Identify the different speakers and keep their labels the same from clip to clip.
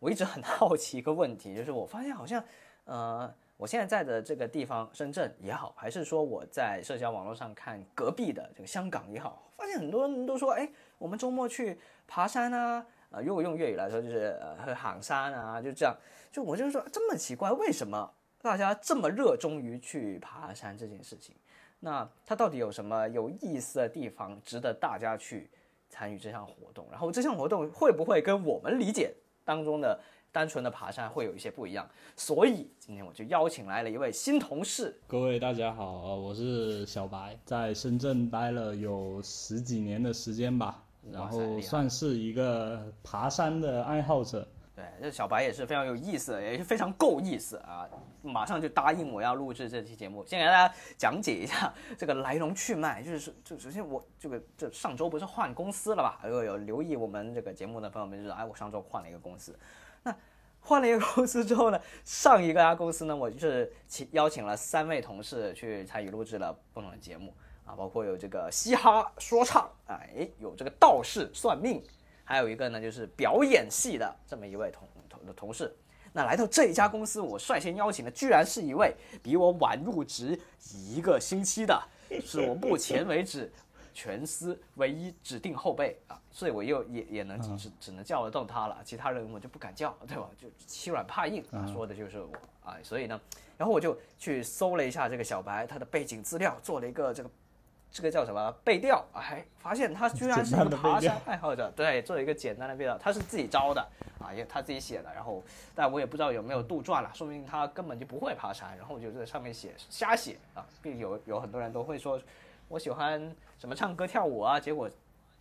Speaker 1: 我一直很 好奇一个问题，就是我发现好像，呃，我现在在的这个地方深圳也好，还是说我在社交网络上看隔壁的这个香港也好，发现很多人都说，哎，我们周末去爬山啊，呃，如果用粤语来说就是呃去行山啊，就这样。就我就是说这么奇怪，为什么大家这么热衷于去爬山这件事情？那它到底有什么有意思的地方，值得大家去参与这项活动？然后这项活动会不会跟我们理解当中的单纯的爬山会有一些不一样？所以今天我就邀请来了一位新同事，
Speaker 2: 各位大家好，呃我是小白，在深圳待了有十几年的时间吧，然
Speaker 1: 哇塞厉
Speaker 2: 后
Speaker 1: 害
Speaker 2: 算是一个爬山的爱好者。
Speaker 1: 对，这小白也是非常有意思，也是非常够意思啊！马上就答应我要录制这期节目。先给大家讲解一下这个来龙去脉，就是就首先我这个这上周不是换公司了吧？如哎果有留意我们这个节目的朋友们就知道，哎，我上周换了一个公司。换了一个公司之后呢，上一个家公司呢，我就是请邀请了三位同事去参与录制了不同的节目啊，包括有这个嘻哈说唱，哎，有这个道士算命，还有一个呢就是表演系的这么一位同同同事。那来到这一家公司，我率先邀请的居然是一位比我晚入职一个星期的，是我目前为止全司唯一指定后辈啊，所以我又也也能
Speaker 2: 嗯
Speaker 1: 只只能叫得动他了，其他人我就不敢叫，对吧？就欺软怕硬
Speaker 2: 嗯
Speaker 1: 啊，说的就是我啊，所以呢，然后我就去搜了一下这个小白他的背景资料，做了一个这个这个叫什么背调，哎，发现他居然是一个
Speaker 2: 简单的背调
Speaker 1: 爬山爱好者，对，做了一个简单的背调，他是自己招的啊，也他自己写的，然后但我也不知道有没有杜撰了，说明他根本就不会爬山，然后我就在上面写瞎写啊，并有有很多人都会说我喜欢什么唱歌跳舞啊，结果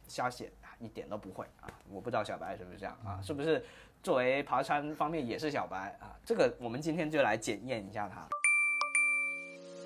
Speaker 1: 瞎写啊，一点都不会啊，我不知道小白是不是这样啊，是不是作为爬山方面也是小白啊？这个我们今天就来检验一下他。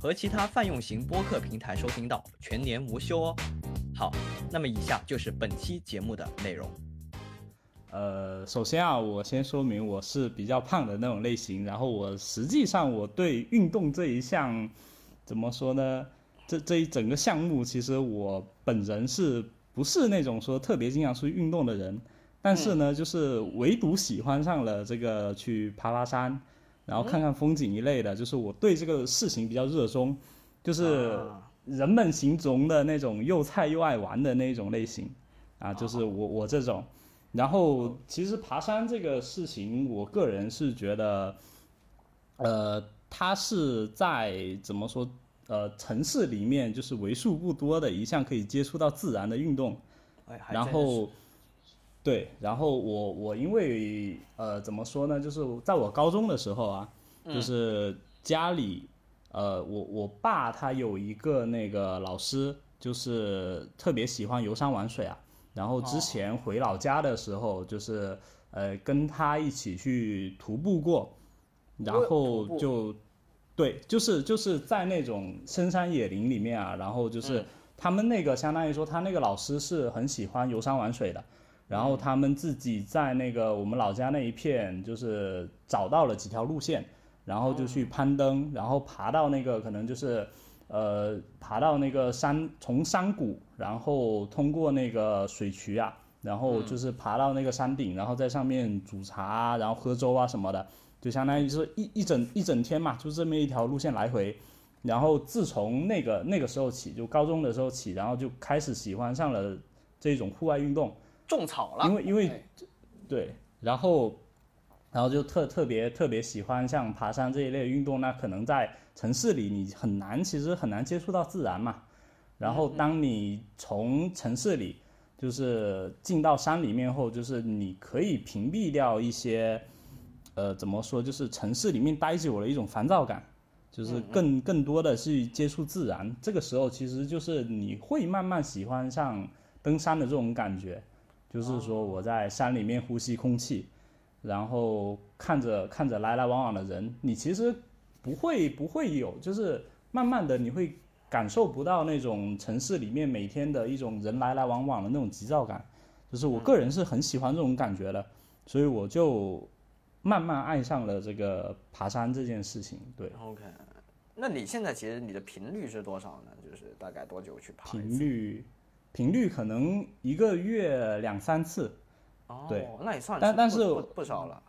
Speaker 3: 和其他泛用型播客平台收听到，全年无休哦。好，那么以下就是本期节目的内容。
Speaker 2: 呃，首先啊，我先说明我是比较胖的那种类型，然后我实际上我对运动这一项，怎么说呢？这这一整个项目，其实我本人是不是那种说特别经常出去运动的人？但是呢，就是唯独喜欢上了这个去爬爬山，然后看看风景一类的，就是我对这个事情比较热衷，就是
Speaker 1: 啊
Speaker 2: 人们行中的那种又菜又爱玩的那种类型，啊，就是我我这种。然后其实爬山这个事情，我个人是觉得，呃，它是在怎么说，呃，城市里面就是为数不多的一项可以接触到自然的运动。
Speaker 1: 哎，还真是
Speaker 2: 然后，对，然后我我因为呃怎么说呢，就是在我高中的时候啊，
Speaker 1: 嗯
Speaker 2: 就是家里呃我我爸他有一个那个老师，就是特别喜欢游山玩水啊。然后
Speaker 1: 哦
Speaker 2: 之前回老家的时候，就是、呃跟他一起去徒步过，然
Speaker 1: 我
Speaker 2: 后
Speaker 1: 徒步
Speaker 2: 就对，就是就是在那种深山野林里面啊，然后就是他们那个相当于说，他那个老师是很喜欢游山玩水的，然后他们自己在那个我们老家那一片，就是找到了几条路线，然后就去攀登，然后爬到那个可能就是。呃，爬到那个山，从山谷，然后通过那个水渠啊，然后就是爬到那个山顶，然后在上面煮茶啊，然后喝粥啊什么的，就相当于是一一整一整天嘛，就这么一条路线来回。然后自从那个那个时候起，就高中的时候起，然后就开始喜欢上了这种户外运动，
Speaker 1: 种草了，
Speaker 2: 因为因为
Speaker 1: 哎
Speaker 2: 对，然后然后就特特别特别喜欢像爬山这一类运动，那可能在城市里你很难，其实很难接触到自然嘛。然后当你从城市里就是进到山里面后，就是你可以屏蔽掉一些，呃，怎么说，就是城市里面待久了一种烦躁感。就是更更多的去接触自然，这个时候其实就是你会慢慢喜欢上登山的这种感觉，就是说我在山里面呼吸空气，然后看着看着来来往往的人，你其实不会不会有，就是慢慢的你会感受不到那种城市里面每天的一种人来来往往的那种急躁感，就是我个人是很喜欢这种感觉的，所以我就慢慢爱上了这个爬山这件事情。对，
Speaker 1: OK，那你现在其实你的频率是多少呢？就是大概多久去爬一次？
Speaker 2: 频率频率可能一个月两三次，
Speaker 1: 哦，
Speaker 2: 对
Speaker 1: 那也算
Speaker 2: 但但
Speaker 1: 不
Speaker 2: 是
Speaker 1: 不
Speaker 2: 我
Speaker 1: 不少了。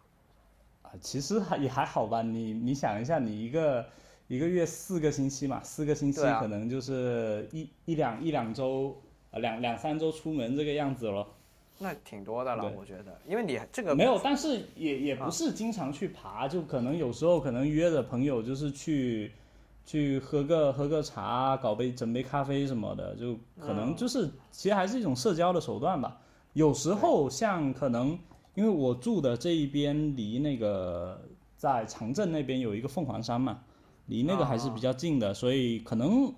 Speaker 2: 啊，其实还也还好吧。你你想一下，你一个一个月四个星期嘛，四个星期
Speaker 1: 对啊
Speaker 2: 可能就是一、一两一两周，呃两两三周出门这个样子咯。
Speaker 1: 那挺多的了，
Speaker 2: 对
Speaker 1: 我觉得，因为你这个啊
Speaker 2: 没有，但是也也不是经常去爬，就可能有时候可能约着朋友就是去去喝个喝个茶，搞杯整杯咖啡什么的，就可
Speaker 1: 嗯
Speaker 2: 能就是、其实还是一种社交的手段吧。有时候像可能因为我住的这一边离那个在长镇那边有一个凤凰山嘛，离那个还
Speaker 1: 啊
Speaker 2: 是比较近的，所以可能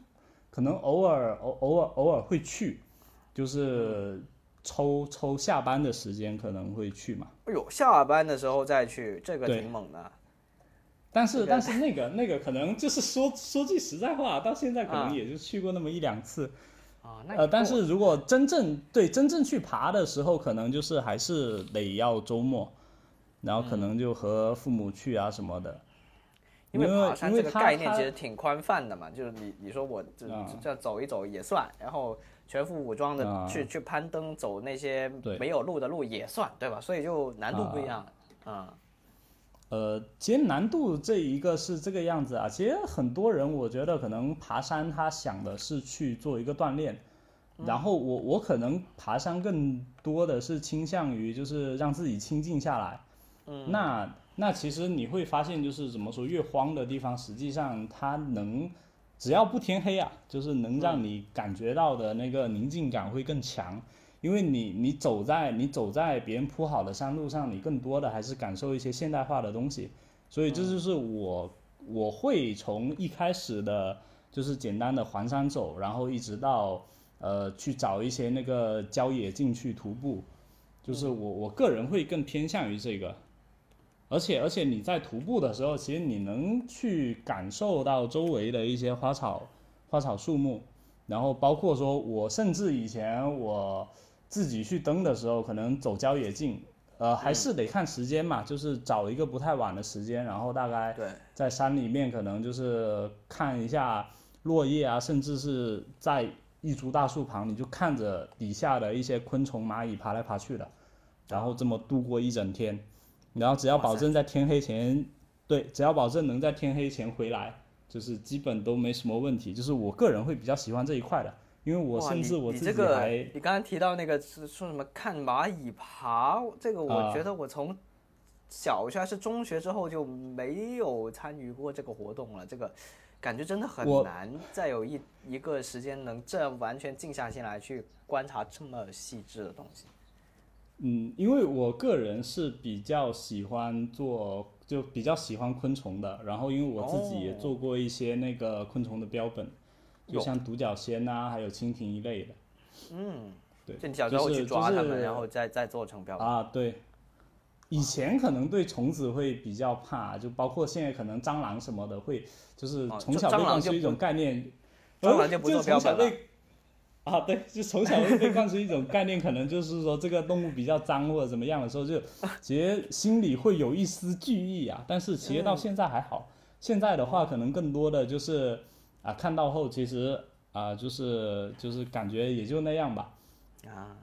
Speaker 2: 可能偶尔偶偶尔偶尔会去，
Speaker 1: 嗯
Speaker 2: 就是抽抽下班的时间可能会去嘛。
Speaker 1: 哎呦，下班的时候再去，这个
Speaker 2: 对
Speaker 1: 挺猛的。
Speaker 2: 但是
Speaker 1: 这个
Speaker 2: 但是那个那个可能就是说说句实在话，到现在可
Speaker 1: 啊
Speaker 2: 能也就去过那么一两次。
Speaker 1: 啊，那
Speaker 2: 呃，但
Speaker 1: 你够
Speaker 2: 是如果真正对真正去爬的时候，可能就是还是得要周末，然
Speaker 1: 嗯
Speaker 2: 后可能就和父母去啊什么的。
Speaker 1: 因
Speaker 2: 为
Speaker 1: 爬山
Speaker 2: 因
Speaker 1: 这
Speaker 2: 为
Speaker 1: 个
Speaker 2: 它
Speaker 1: 概念
Speaker 2: 它
Speaker 1: 其实挺宽泛的嘛，就是你你说我这
Speaker 2: 啊
Speaker 1: 这走一走也算，然后全副武装的
Speaker 2: 啊
Speaker 1: 去去攀登走那些
Speaker 2: 对
Speaker 1: 没有路的路也算，对吧？所以就难度不一样啊。
Speaker 2: 呃，其实难度这一个是这个样子啊。其实很多人，我觉得可能爬山他想的是去做一个锻炼，然后我我可能爬山更多的是倾向于就是让自己清静下来。嗯，那那其实你会发现，就是怎么说，越荒的地方，实际上它能只要不天黑啊，就是能让你感觉到的那个宁静感会更强。因为你你走在你走在别人铺好的山路上，你更多的还是感受一些现代化的东西，所以这就是我、我会从一开始的，就是简单的环山走，然后一直到呃去找一些那个郊野进去徒步，就是我我个人会更偏向于这个，而且而且你在徒步的时候，其实你能去感受到周围的一些花草花草树木，然后包括说我甚至以前我自己去登的时候，可能走郊野径，
Speaker 1: 嗯
Speaker 2: 呃，还是得看时间嘛，就是找一个不太晚的时间，然后大概
Speaker 1: 对，
Speaker 2: 在山里面可能就是看一下落叶啊，甚至是在一株大树旁，你就看着底下的一些昆虫、蚂蚁爬来爬去的，然后这么度过一整天。然后只要
Speaker 1: 哇塞
Speaker 2: 保证在天黑前，对，只要保证能在天黑前回来，就是基本都没什么问题。就是我个人会比较喜欢这一块的，因为我
Speaker 1: 哇
Speaker 2: 甚
Speaker 1: 你
Speaker 2: 至我
Speaker 1: 你
Speaker 2: 自
Speaker 1: 这
Speaker 2: 己
Speaker 1: 个
Speaker 2: 还
Speaker 1: 你刚刚提到那个是说什么看蚂蚁爬，这个我
Speaker 2: 啊
Speaker 1: 觉得我从小学还是中学之后就没有参与过这个活动了，这个感觉真的很
Speaker 2: 我
Speaker 1: 难再有一一个时间能这样完全静下心来去观察这么细致的东西。
Speaker 2: 嗯，因为我个人是比较喜欢做，就比较喜欢昆虫的。然后，因为我自己也
Speaker 1: 哦
Speaker 2: 做过一些那个昆虫的标本，就
Speaker 1: 哟
Speaker 2: 像独角仙呐、还有蜻蜓一类的。
Speaker 1: 嗯，
Speaker 2: 对，
Speaker 1: 就你小时候
Speaker 2: 就
Speaker 1: 去
Speaker 2: 是
Speaker 1: 抓它
Speaker 2: 就
Speaker 1: 们，
Speaker 2: 是
Speaker 1: 然后再再做成标本。
Speaker 2: 啊，对。以前可能对虫子会比较怕，就包括现在可能蟑螂什么的会，就是
Speaker 1: 哦
Speaker 2: 从
Speaker 1: 就
Speaker 2: 小
Speaker 1: 蟑
Speaker 2: 被
Speaker 1: 螂
Speaker 2: 灌
Speaker 1: 就
Speaker 2: 输一种
Speaker 1: 不
Speaker 2: 概念，
Speaker 1: 蟑螂就不做标
Speaker 2: 从小
Speaker 1: 本了
Speaker 2: 被啊，对，就从小会被灌输一种概念，可能就是说这个动物比较脏或者怎么样的时候，就其实心里会有一丝惧意啊。但是其实
Speaker 1: 嗯
Speaker 2: 到现在还好，现在的话可能更多的就是啊，看到后其实啊，就是就是感觉也就那样吧。
Speaker 1: 啊，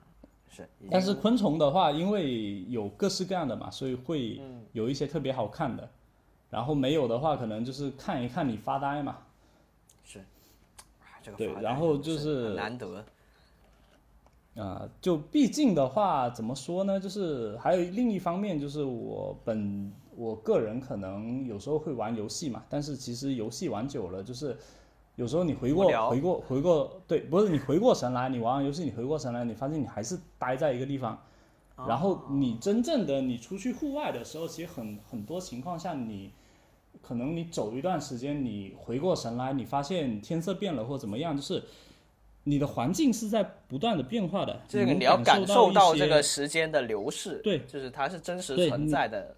Speaker 1: 是。已
Speaker 2: 但
Speaker 1: 经
Speaker 2: 是昆虫的话，因为有各式各样的嘛，所以会
Speaker 1: 嗯
Speaker 2: 有一些特别好看的。然后没有的话，可能就是看一看你发呆嘛。
Speaker 1: 是，啊这个
Speaker 2: 对
Speaker 1: 发展
Speaker 2: 然
Speaker 1: 真
Speaker 2: 后
Speaker 1: 的
Speaker 2: 就是
Speaker 1: 很
Speaker 2: 是
Speaker 1: 难得。
Speaker 2: 啊、就毕竟的话，怎么说呢？就是还有另一方面，就是我本我个人可能有时候会玩游戏嘛，但是其实游戏玩久了，就是有时候你回过
Speaker 1: 无聊
Speaker 2: 回过回过，对，不是你回过神来，你玩完游戏，你回过神来，你发现你还是待在一个地方，
Speaker 1: 哦
Speaker 2: 然后你真正的你出去户外的时候，其实很很多情况下你。可能你走一段时间，你回过神来，你发现天色变了或怎么样，就是你的环境是在不断的变化的。
Speaker 1: 这个
Speaker 2: 你
Speaker 1: 你要
Speaker 2: 能
Speaker 1: 感受到
Speaker 2: 一
Speaker 1: 这
Speaker 2: 些
Speaker 1: 个时间的流逝，
Speaker 2: 对
Speaker 1: 就是它是真实
Speaker 2: 对
Speaker 1: 存在的。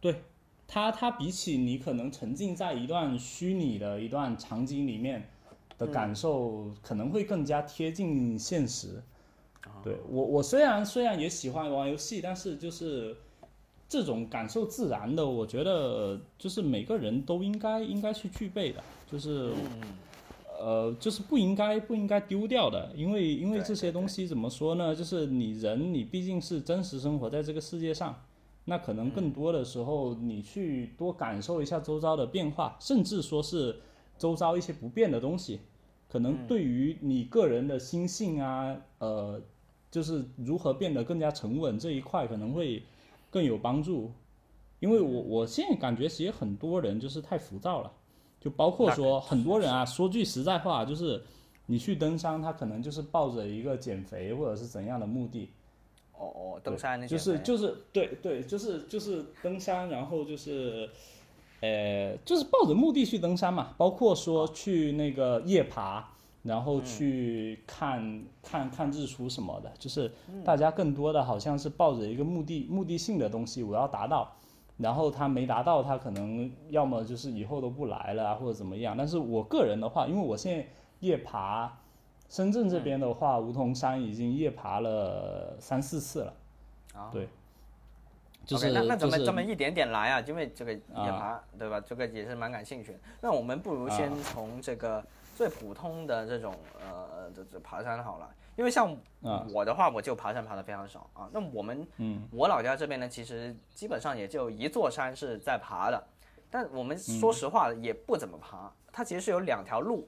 Speaker 2: 对它，它比起你可能沉浸在一段虚拟的一段场景里面的
Speaker 1: 嗯
Speaker 2: 感受，可能会更加贴近现实。
Speaker 1: 啊
Speaker 2: 对我，我虽然虽然也喜欢玩游戏，但是就是这种感受自然的，我觉得就是每个人都应该应该去具备的，就是。
Speaker 1: 嗯
Speaker 2: 呃，就是不应该不应该丢掉的，因为因为
Speaker 1: 对
Speaker 2: 这些
Speaker 1: 对
Speaker 2: 东西怎么说呢？就是你人，你毕竟是真实生活在这个世界上，那可能
Speaker 1: 嗯
Speaker 2: 更多的时候，你去多感受一下周遭的变化，甚至说是周遭一些不变的东西，可能对于你个人的心性啊，呃，就是如何变得更加沉稳这一块，可能会更有帮助。因为我我现在感觉，其实很多人就是太浮躁了，就包括说很多人啊，说句实在话，就是你去登山，他可能就是抱着一个减肥或者是怎样的目的，
Speaker 1: 哦哦，登山那些
Speaker 2: 就是
Speaker 1: 呗
Speaker 2: 就是对对，就是就是登山，然后就是，呃，就是抱着目的去登山嘛，包括说去那个夜爬，然
Speaker 1: 嗯
Speaker 2: 后去看、看看日出什么的，就是
Speaker 1: 嗯
Speaker 2: 大家更多的好像是抱着一个目的目的性的东西，我要达到。然后他没达到，他可能要么就是以后都不来了啊，或者怎么样。但是我个人的话，因为我现在夜爬深圳这边的话，梧桐山已经夜爬了三四次了。
Speaker 1: 啊
Speaker 2: 对，就是
Speaker 1: OK，那那咱
Speaker 2: 就
Speaker 1: 们
Speaker 2: 是
Speaker 1: 咱们一点点来啊，因为这个夜爬
Speaker 2: 啊
Speaker 1: 对吧？这个也是蛮感兴趣的。那我们不如先
Speaker 2: 啊
Speaker 1: 从这个最普通的这种呃这这爬山好了，因为像
Speaker 2: 啊
Speaker 1: 我的话，我就爬山爬的非常少啊。那我们
Speaker 2: 嗯
Speaker 1: 我老家这边呢，其实基本上也就一座山是在爬的，但我们
Speaker 2: 嗯
Speaker 1: 说实话也不怎么爬。它其实是有两条路，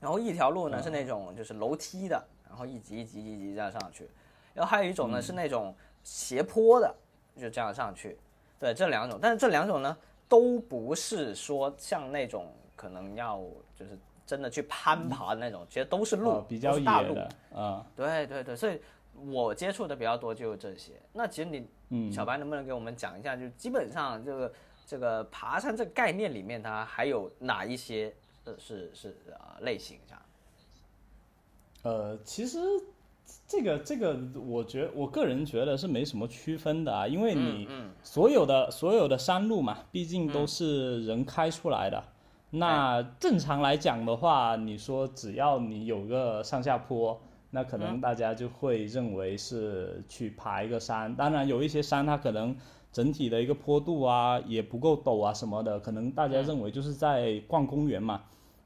Speaker 1: 然后一条路
Speaker 2: 嗯
Speaker 1: 呢是那种就是楼梯的，然后一级一级一级这样上去，然后还有一
Speaker 2: 嗯
Speaker 1: 种呢是那种斜坡的，就这样上去。对，这两种，但是这两种呢都不是说像那种可能要就是真的去攀爬的那种，其实都是路，
Speaker 2: 啊比较
Speaker 1: 都是
Speaker 2: 野
Speaker 1: 大路。
Speaker 2: 的啊，
Speaker 1: 对对对，所以我接触的比较多就这些。那其实你，
Speaker 2: 嗯
Speaker 1: 小白能不能给我们讲一下，就基本上这个这个爬山这个概念里面，它还有哪一些呃是是呃类型这样？
Speaker 2: 呃，其实这个这个，我觉我个人觉得是没什么区分的啊，因为
Speaker 1: 嗯
Speaker 2: 你所有的所有的山路嘛，毕竟都是人开出来的。那正常来讲的话，你说只要你有个上下坡，那可能大家就会认为是去爬一个山。当然，有一些山它可能整体的一个坡度啊也不够陡啊什么的，可能大家认为就是在逛公园嘛。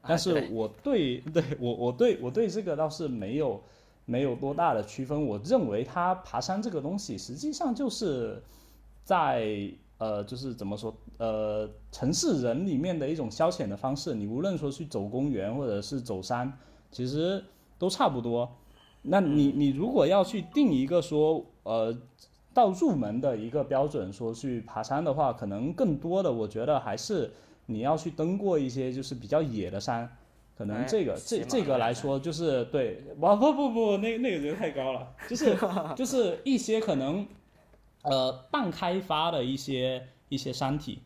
Speaker 2: 但是
Speaker 1: 对
Speaker 2: 我对 对我我对我对这个倒是没有没有多大的区分。我认为它爬山这个东西，实际上就是在呃，就是怎么说呃，城市人里面的一种消遣的方式。你无论说去走公园或者是走山，其实都差不多。那你你如果要去定一个说呃到入门的一个标准，说去爬山的话，可能更多的我觉得还是你要去登过一些就是比较野的山，可能
Speaker 1: 哎
Speaker 2: 这个、
Speaker 1: 喜
Speaker 2: 这
Speaker 1: 马
Speaker 2: 这
Speaker 1: 拉
Speaker 2: 个
Speaker 1: 雅
Speaker 2: 来
Speaker 1: 山
Speaker 2: 说就是对，哇不不不，那那个觉得太高了，就是就是一些可能呃半开发的一些一些山体，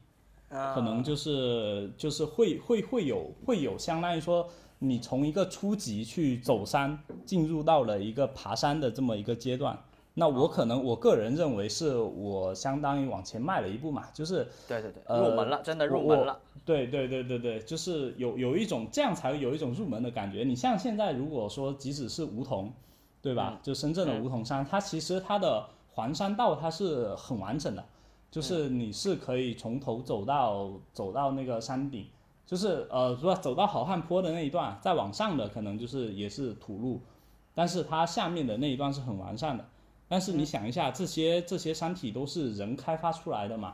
Speaker 2: 可能就是就是会会会有会有相当于说，你从一个初级去走山，进入到了一个爬山的这么一个阶段。那我可能我个人认为是我相当于往前迈了一步嘛，就是
Speaker 1: 对对对，
Speaker 2: 呃
Speaker 1: 入门了，真的
Speaker 2: 我
Speaker 1: 入门
Speaker 2: 我
Speaker 1: 了。
Speaker 2: 对对对对对，就是有有一种这样才会有一种入门的感觉。你像现在如果说即使是梧桐，对吧？就深圳的梧桐山，它其实它的环山道它是很完整的，就是你是可以从头走到走到那个山顶，就是呃，说走到好汉坡的那一段，再往上的可能就是也是土路，但是它下面的那一段是很完善的。但是你想一下，这些这些山体都是人开发出来的嘛，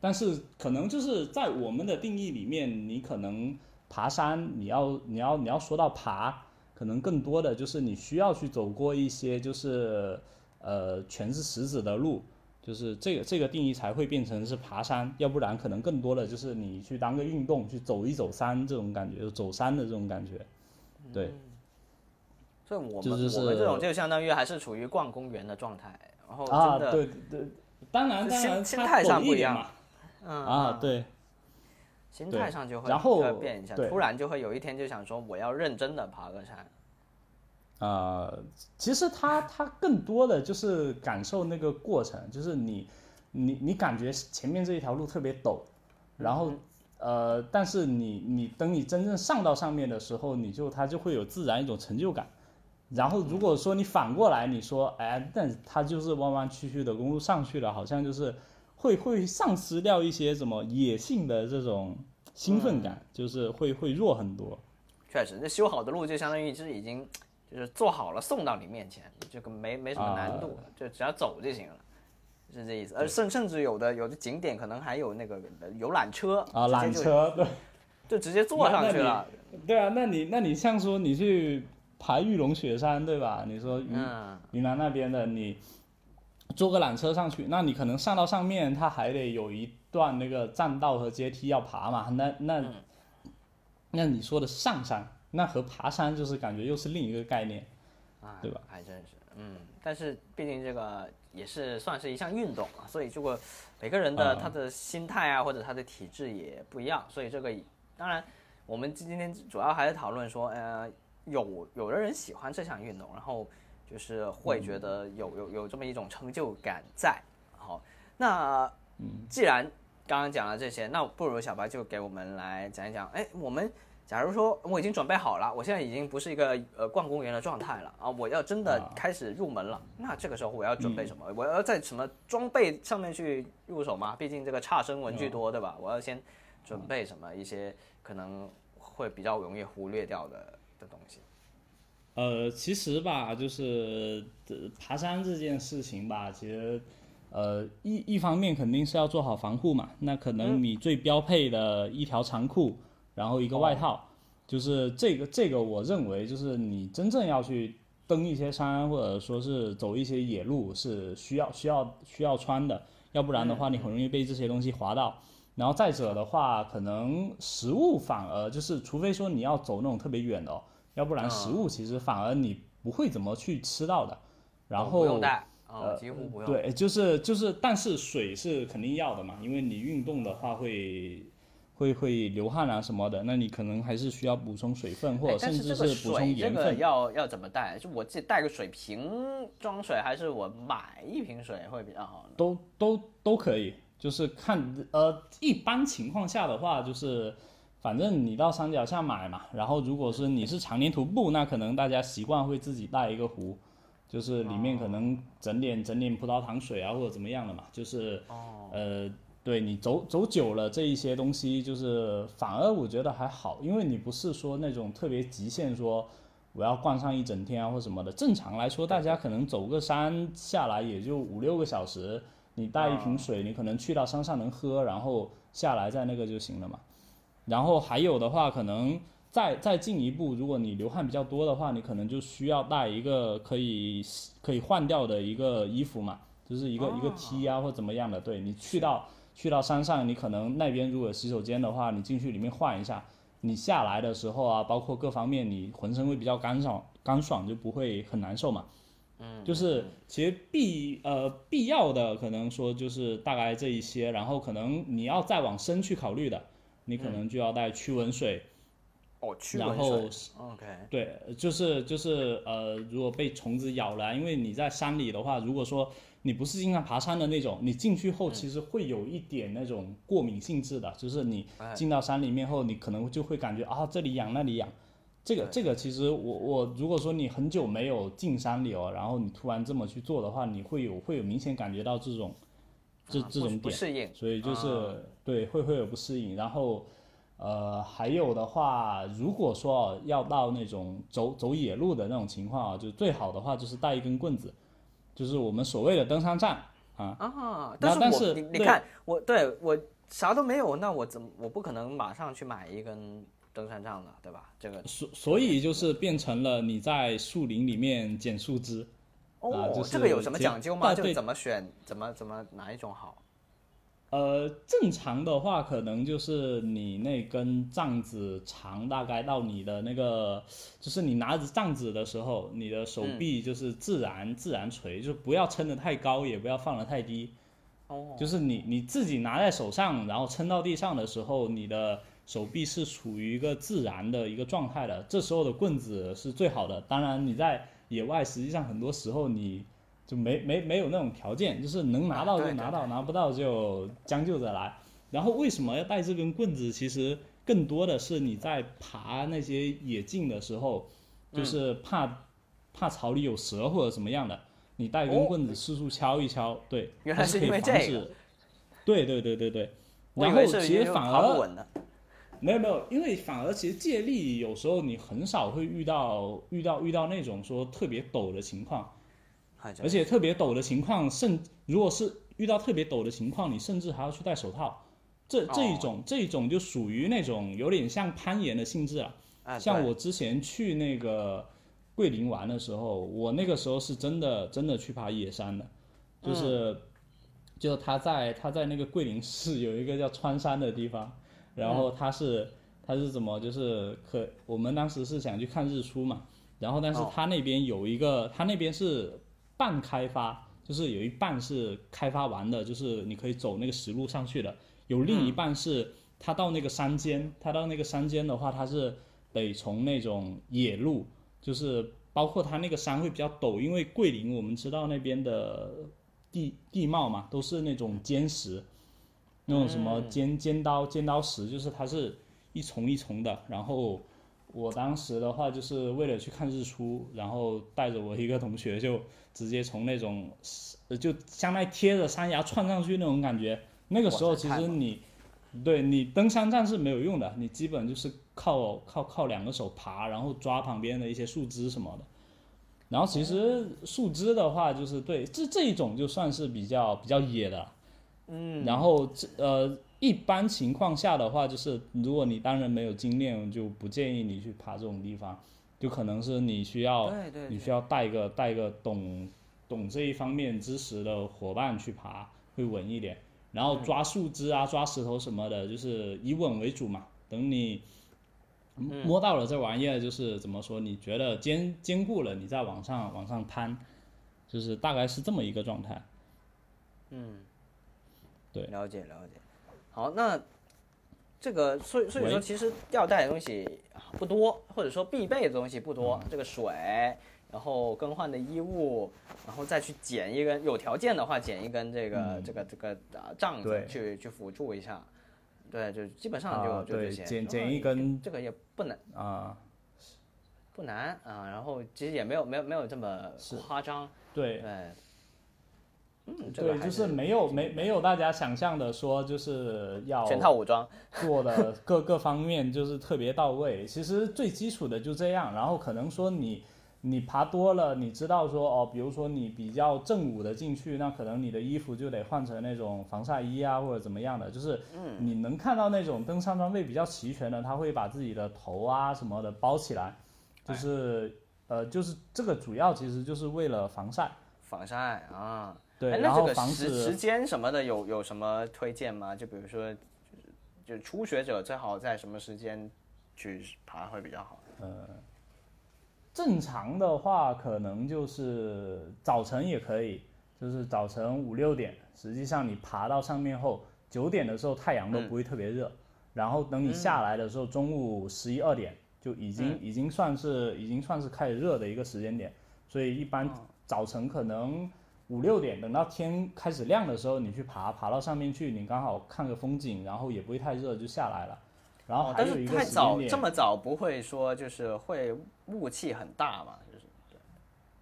Speaker 2: 但是可能就是在我们的定义里面，你可能爬山，你要你要你要说到爬，可能更多的就是你需要去走过一些就是呃全是石子的路，就是这个这个定义才会变成是爬山，要不然可能更多的就是你去当个运动，去走一走山这种感觉，就走山的这种感觉，对。
Speaker 1: 所以我们、
Speaker 2: 这就是
Speaker 1: 我们这种就相当于还是处于逛公园的状态，然后
Speaker 2: 啊，
Speaker 1: 哦真的、
Speaker 2: 对 对，当然当
Speaker 1: 心
Speaker 2: 然，
Speaker 1: 心
Speaker 2: 它
Speaker 1: 态上
Speaker 2: 陡
Speaker 1: 不一
Speaker 2: 点
Speaker 1: 样
Speaker 2: 嘛，
Speaker 1: 嗯
Speaker 2: 啊，
Speaker 1: 嗯
Speaker 2: 对，
Speaker 1: 心
Speaker 2: 对
Speaker 1: 态上就会
Speaker 2: 然后
Speaker 1: 会变一下，
Speaker 2: 对
Speaker 1: 突然就会有一天就想说我要认真的爬个山。
Speaker 2: 呃，其实它它更多的就是感受那个过程，就是你你你感觉前面这一条路特别陡，然后
Speaker 1: 嗯
Speaker 2: 呃，但是你你等你真正上到上面的时候，你就它就会有自然一种成就感。然后如果说你反过来你说，哎，但它就是弯弯曲曲的公路上去了，好像就是会会丧失掉一些什么野性的这种兴
Speaker 1: 嗯
Speaker 2: 奋感，就是会会弱很多。
Speaker 1: 确实，那修好的路就相当于是已经就是做好了送到你面前，这个没没什
Speaker 2: 啊
Speaker 1: 么难度，就只要走就行了。是这意思，而甚甚至有的有的景点可能还有那个游览车
Speaker 2: 啊，
Speaker 1: 直接
Speaker 2: 缆
Speaker 1: 就
Speaker 2: 车对。
Speaker 1: 就直接坐上去了。
Speaker 2: 对啊，那你那你像说你去爬玉龙雪山对吧？你说云、
Speaker 1: 嗯，
Speaker 2: 云南那边的，你坐个缆车上去，那你可能上到上面，它还得有一段那个栈道和阶梯要爬嘛。那那、那你说的上山，那和爬山就是感觉又是另一个概念。
Speaker 1: 啊，
Speaker 2: 对吧？
Speaker 1: 还真是，嗯，但是毕竟这个也是算是一项运动嘛，所以如果每个人的
Speaker 2: 嗯
Speaker 1: 他的心态啊，或者他的体质也不一样，所以这个当然我们今天主要还是讨论说，呃，有有的人喜欢这项运动，然后就是会
Speaker 2: 嗯
Speaker 1: 觉得有有有这么一种成就感在。好，那
Speaker 2: 嗯
Speaker 1: 既然刚刚讲了这些，那不如小白就给我们来讲一讲，哎，我们假如说我已经准备好了，我现在已经不是一个呃逛公园的状态了啊，我要真的
Speaker 2: 啊嗯
Speaker 1: 开始入门了，那这个时候我要准备什么？我要在什么装备上面去入手吗？毕竟这个差生文具
Speaker 2: 嗯
Speaker 1: 多，对吧？我要先准备什么一些可能会比较容易忽略掉的的东西。
Speaker 2: 呃，其实吧，就是、呃爬山这件事情吧，其实，呃，一一方面肯定是要做好防护嘛。那可
Speaker 1: 嗯
Speaker 2: 能你最标配的一条长裤，然后一个外
Speaker 1: 哦
Speaker 2: 套，就是这个这个，我认为就是你真正要去登一些山，或者说是走一些野路，是需要需要需要穿的，要不然的话，
Speaker 1: 嗯
Speaker 2: 你很容易被这些东西划到。然后再者的话，可能食物反而就是，除非说你要走那种特别远的、哦，要不然食物其实反而你不会怎么去吃到的。然
Speaker 1: 哦不
Speaker 2: 后呃
Speaker 1: 用带啊，几乎不用。
Speaker 2: 对，就是就是，但是水是肯定要的嘛，因为你运动的话会会会流汗啊什么的，那你可能还是需要补充水分，或
Speaker 1: 哎
Speaker 2: 者
Speaker 1: 但
Speaker 2: 甚
Speaker 1: 是
Speaker 2: 至
Speaker 1: 这个
Speaker 2: 补充
Speaker 1: 水这
Speaker 2: 盐
Speaker 1: 个
Speaker 2: 分。
Speaker 1: 要要怎么带？是我自己带个水瓶装水，还是我买一瓶水会比较好呢？
Speaker 2: 都都都可以，就是看呃，一般情况下的话，就是反正你到山脚下买嘛，然后如果是你是常年徒步，那可能大家习惯会自己带一个壶，就是里面可能整点整点葡萄糖水啊或者怎么样的嘛，就是呃。对你走走久了，这一些东西就是反而我觉得还好，因为你不是说那种特别极限说，我要逛上一整天啊或什么的。正常来说，大家可能走个山下来也就五六个小时，你带一瓶水，你可能去到山上能喝，然后下来再那个就行了嘛。然后还有的话，可能再再进一步，如果你流汗比较多的话，你可能就需要带一个可以可以换掉的一个衣服嘛，就是一个、一个 T 啊或怎么样的。对你去到去到山上，你可能那边如果有洗手间的话，你进去里面换一下。你下来的时候啊，包括各方面，你浑身会比较干爽，干爽就不会很难受嘛。嗯，就是其实必呃必要的可能说就是大概这一些，然后可能你要再往深去考虑的，你可能就要带驱蚊水，
Speaker 1: 哦，驱
Speaker 2: 然
Speaker 1: 蚊
Speaker 2: 后
Speaker 1: 水。OK，
Speaker 2: 对，就是就是呃，如果被虫子咬了啊，因为你在山里的话，如果说你不是经常爬山的那种，你进去
Speaker 1: 嗯
Speaker 2: 后其实会有一点那种过敏性质的，就是你
Speaker 1: 哎
Speaker 2: 进到山里面后，你可能就会感觉啊这里痒那里痒。这
Speaker 1: 哎
Speaker 2: 个这个其实我我如果说你很久没有进山里哦，然后你突然这么去做的话，你会有会有明显感觉到这种这
Speaker 1: 啊
Speaker 2: 这
Speaker 1: 不
Speaker 2: 种
Speaker 1: 不
Speaker 2: 点。
Speaker 1: 适应，
Speaker 2: 所以就是、
Speaker 1: 啊
Speaker 2: 对会会有不适应。然后呃，还有的话，如果说哦要到那种走走野路的那种情况啊，就最好的话就是带一根棍子，就是我们所谓的登山杖啊。
Speaker 1: 啊，
Speaker 2: 那
Speaker 1: 但是
Speaker 2: 但
Speaker 1: 我
Speaker 2: 是
Speaker 1: 你你
Speaker 2: 对
Speaker 1: 看我对我啥都没有，那我怎么我不可能马上去买一根登山杖的，对吧？这个
Speaker 2: 所所以就是变成了你在树林里面捡树枝，
Speaker 1: 哦，
Speaker 2: 啊就
Speaker 1: 这个
Speaker 2: 是
Speaker 1: 有什么
Speaker 2: 结
Speaker 1: 讲究吗？
Speaker 2: 啊
Speaker 1: 就
Speaker 2: 对
Speaker 1: 怎么选，怎么怎么哪一种好？
Speaker 2: 呃，正常的话，可能就是你那根杖子长大概到你的那个，就是你拿着杖子的时候，你的手臂就是自然、自然垂，就不要撑得太高，也不要放得太低。
Speaker 1: 哦，
Speaker 2: 就是你你自己拿在手上，然后撑到地上的时候，你的手臂是处于一个自然的一个状态的。这时候的棍子是最好的。当然，你在野外，实际上很多时候你就没没没有那种条件，就是能拿到就
Speaker 1: 对
Speaker 2: 拿
Speaker 1: 对
Speaker 2: 到，拿不到就将就着来。然后为什么要带这根棍子？其实更多的是你在爬那些野径的时候，就是怕、怕草里有蛇或者什么样的，你带根
Speaker 1: 哦
Speaker 2: 棍子四处敲一敲，对，
Speaker 1: 原
Speaker 2: 它
Speaker 1: 来
Speaker 2: 是
Speaker 1: 是
Speaker 2: 可以
Speaker 1: 因为
Speaker 2: 防
Speaker 1: 这
Speaker 2: 止
Speaker 1: 个。
Speaker 2: 对对对对对。
Speaker 1: 我以
Speaker 2: 然
Speaker 1: 为
Speaker 2: 后
Speaker 1: 是
Speaker 2: 其
Speaker 1: 因为
Speaker 2: 实反
Speaker 1: 爬不
Speaker 2: 而
Speaker 1: 稳的。
Speaker 2: 没有没有，因为反而其实借力有时候你很少会遇到遇到遇到那种说特别陡的情况，
Speaker 1: 哎真
Speaker 2: 而
Speaker 1: 的
Speaker 2: 且特别陡的情况，甚如果是遇到特别陡的情况，你甚至还要去戴手套。这这一
Speaker 1: 哦
Speaker 2: 种、这一种就属于那种有点像攀岩的性质了。
Speaker 1: 哎
Speaker 2: 像
Speaker 1: 对
Speaker 2: 我之前去那个桂林玩的时候，我那个时候是真的真的去爬野山的，就是、
Speaker 1: 嗯
Speaker 2: 就是他在他在那个桂林市有一个叫川山的地方，然
Speaker 1: 嗯
Speaker 2: 后他是、他是怎么就是可我们当时是想去看日出嘛，然后但是
Speaker 1: 哦
Speaker 2: 他那边有一个、他那边是半开发，就是有一半是开发完的，就是你可以走那个石路上去的，有另
Speaker 1: 嗯
Speaker 2: 一半是它到那个山间，它到那个山间的话，它是得从那种野路，就是包括它那个山会比较陡，因为桂林我们知道那边的地地貌嘛，都是那种尖石，那种什么
Speaker 1: 嗯
Speaker 2: 尖尖刀尖刀石，就是它是一重一重的，然后。我当时的话，就是为了去看日出，然后带着我一个同学就直接从那种，呃就相当于贴着山崖窜上去那种感觉。那个时候
Speaker 1: 哇
Speaker 2: 其
Speaker 1: 塞太
Speaker 2: 实
Speaker 1: 猛了
Speaker 2: 你，对你登山杖是没有用的，你基本就是靠靠靠两个手爬，然后抓旁边的一些树枝什么的。然后其
Speaker 1: 哦
Speaker 2: 实树枝的话，就是对这这一种就算是比较比较野的，嗯。然后这呃，一般情况下的话，就是如果你当然没有经验，就不建议你去爬这种地方，就可能是你需要
Speaker 1: 对对对
Speaker 2: 你需要带一个带一个懂懂这一方面知识的伙伴去爬，会稳一点。然后抓树枝啊、抓石头什么的，就是以稳为主嘛。等你
Speaker 1: 嗯
Speaker 2: 摸到了这玩意儿，就是怎么说？你觉得坚坚固了，你再往上往上攀，就是大概是这么一个状态。对
Speaker 1: 了解了解。好，那这个所以所以说，
Speaker 2: 喂
Speaker 1: 其实要带的东西不多，或者说必备的东西不
Speaker 2: 嗯
Speaker 1: 多，这个水。然后更换的衣物，然后再去捡一根，有条件的话捡一根这个、这个这个啊杖子
Speaker 2: 嗯对
Speaker 1: 去去辅助一下，对，就基本上就、
Speaker 2: 啊，
Speaker 1: 就这
Speaker 2: 对，
Speaker 1: 些。
Speaker 2: 捡
Speaker 1: 然
Speaker 2: 捡
Speaker 1: 后
Speaker 2: 一根
Speaker 1: 这个也不难
Speaker 2: 啊，
Speaker 1: 不难啊，然后其实也没有没有没有这么夸张，
Speaker 2: 对
Speaker 1: 对，嗯，这个
Speaker 2: 对，
Speaker 1: 还
Speaker 2: 就是没有没没有大家想象的说就是要
Speaker 1: 全套武装，
Speaker 2: 做的各 各方面就是特别到位。其实最基础的就这样，然后可能说你你爬多了，你知道说哦，比如说你比较正午的进去，那可能你的衣服就得换成那种防晒衣啊或者怎么样的，就是
Speaker 1: 嗯
Speaker 2: 你能看到那种登山装备比较齐全的，他会把自己的头啊什么的包起来，
Speaker 1: 哎
Speaker 2: 就是呃就是这个主要其实就是为了防晒。
Speaker 1: 防晒啊。
Speaker 2: 对，
Speaker 1: 哎
Speaker 2: 然
Speaker 1: 那这
Speaker 2: 后
Speaker 1: 个
Speaker 2: 防
Speaker 1: 时时
Speaker 2: 止
Speaker 1: 间什么的有有什么推荐吗？就比如说，就就初学者最好在什么时间去爬会比较好？
Speaker 2: 正常的话，可能就是早晨也可以，就是早晨五六点，实际上你爬到上面后，九点的时候太阳
Speaker 1: 嗯
Speaker 2: 都不会特别热，然后等你下来的时候，中午十一二点就已经、
Speaker 1: 嗯
Speaker 2: 已经算是已经算是开始热的一个时间点，所以一般
Speaker 1: 哦
Speaker 2: 早晨可能五六点，等到天开始亮的时候，你去爬，爬到上面去，你刚好看个风景，然后也不会太热就下来了。然后
Speaker 1: 哦
Speaker 2: 还
Speaker 1: 但
Speaker 2: 有一
Speaker 1: 是
Speaker 2: 个
Speaker 1: 太
Speaker 2: 时
Speaker 1: 早
Speaker 2: 间点，
Speaker 1: 这么早不会说就是会雾气很大嘛？就是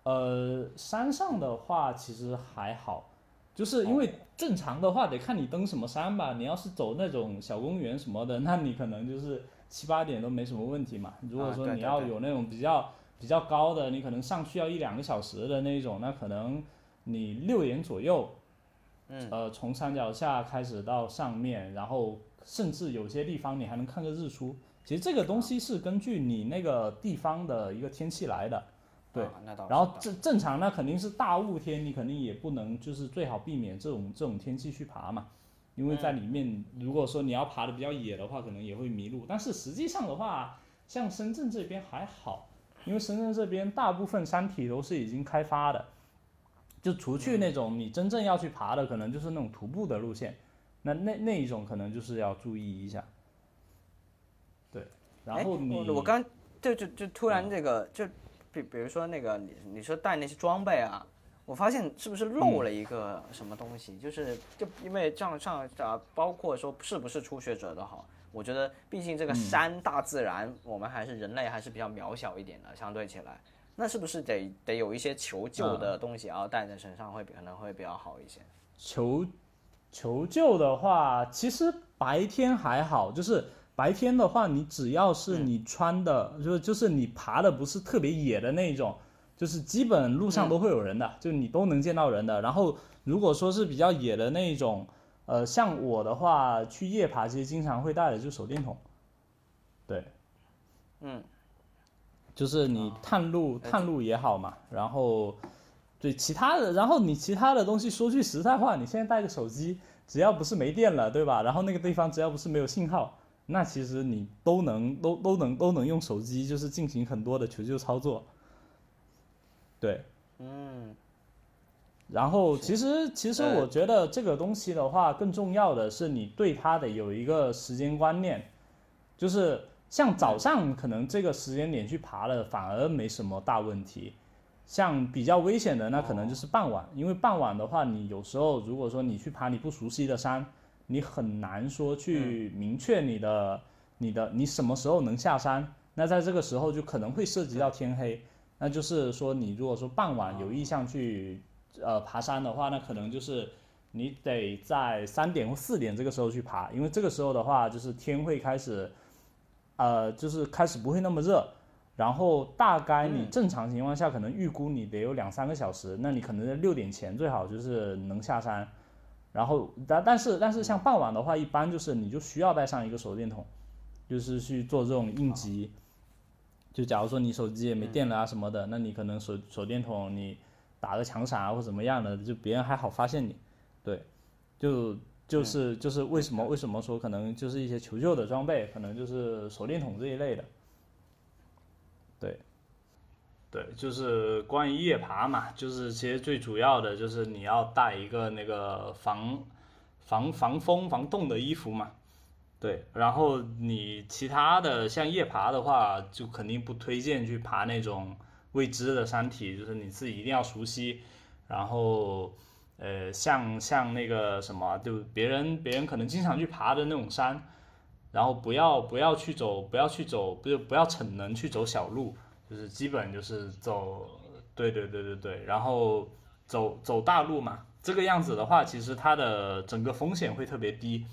Speaker 2: 呃，山上的话其实还好，就是
Speaker 1: 哦
Speaker 2: 因为正常的话得看你登什么山吧。你要是走那种小公园什么的，那你可能就是七八点都没什么问题嘛。如果
Speaker 1: 啊
Speaker 2: 说
Speaker 1: 对
Speaker 2: 你
Speaker 1: 对
Speaker 2: 要
Speaker 1: 对
Speaker 2: 有那种比较比较高的，你可能上去要一两个小时的那种，那可能你六点左右，
Speaker 1: 嗯
Speaker 2: 呃，从山脚下开始到上面，然后甚至有些地方你还能看个日出。其实这个
Speaker 1: 啊
Speaker 2: 东西是根据你那个地方的一个天气来的，对。
Speaker 1: 啊、那倒是
Speaker 2: 然后
Speaker 1: 倒是
Speaker 2: 正正常那肯定是大雾天，你肯定也不能就是最好避免这种这种天气去爬嘛，因为在里
Speaker 1: 嗯
Speaker 2: 面如果说你要爬的比较野的话，可能也会迷路。但是实际上的话，像深圳这边还好，因为深圳这边大部分山体都是已经开发的，就除去
Speaker 1: 嗯
Speaker 2: 那种你真正要去爬的，可能就是那种徒步的路线，那那那一种可能就是要注意一下。对，然
Speaker 1: 哎
Speaker 2: 后你
Speaker 1: 我我刚就就就突然这个就比比如说那个你你说带那些装备啊，我发现是不是
Speaker 2: 嗯
Speaker 1: 漏了一个什么东西？就是就因为这样上啊，包括说是不是初学者都好，我觉得毕竟这
Speaker 2: 嗯
Speaker 1: 个山大自然，我们还是人类还是比较渺小一点的，相对起来，那是不是得得有一些求救的
Speaker 2: 嗯
Speaker 1: 东西，然后带在身上会比可能会比较好一些？
Speaker 2: 求求救的话，其实白天还好，就是白天的话，你只要是你穿的，就是就是你爬的不是特别野的那一种，就是基本路上都会有人的，就你都能见到人的。然后如果说是比较野的那一种，呃，像我的话，去夜爬其实经常会带的就是手电筒，对，
Speaker 1: 嗯，
Speaker 2: 就是你探路、探路也好嘛，然后对其他的，然后你其他的东西说句实在话，你现在带个手机，只要不是没电了，对吧？然后那个地方只要不是没有信号，那其实你都能都都能都能用手机就是进行很多的求救操作，对，
Speaker 1: 嗯，
Speaker 2: 然后其实其实
Speaker 1: 呃
Speaker 2: 我觉得这个东西的话，更重要的是你对它得有一个时间观念，就是像早上可能这个时间点去爬了，反而没什么大问题。像比较危险的那可能就是傍晚，因为傍晚的话，你有时候如果说你去爬你不熟悉的山，你很难说去明确你的、你的你什么时候能下山。那在这个时候就可能会涉及到天黑，那就是说你如果说傍晚有意向去呃爬山的话，那可能就是你得在三点或四点这个时候去爬，因为这个时候的话，就是天会开始，呃，就是开始不会那么热，然后大概你正常情况下可能预估你得有两三个小时，那你可能在六点前最好就是能下山，然后但但是但是像傍晚的话，一般就是你就需要带上一个手电筒，就是去做这种应急。就假如说你手机也没电了啊什么的，那你可能手手电筒你打个墙闪啊或怎么样的，就别人还好发现你。对，就就是就是为什么为什么说可能就是一些求救的装备，可能就是手电筒这一类的。对，对，就是关于夜爬嘛，就是其实最主要的就是你要带一个那个防防防风防冻的衣服嘛。对，然后你其他的像夜爬的话，就肯定不推荐去爬那种未知的山体，就是你自己一定要熟悉。然后，呃，像像那个什么，就别人别人可能经常去爬的那种山，然后不要不要去走，不要去走，不不要逞能去走小路，就是基本就是走，对对对对对，然后走走大路嘛，这个样子的话，其实它的整个风险会特别低，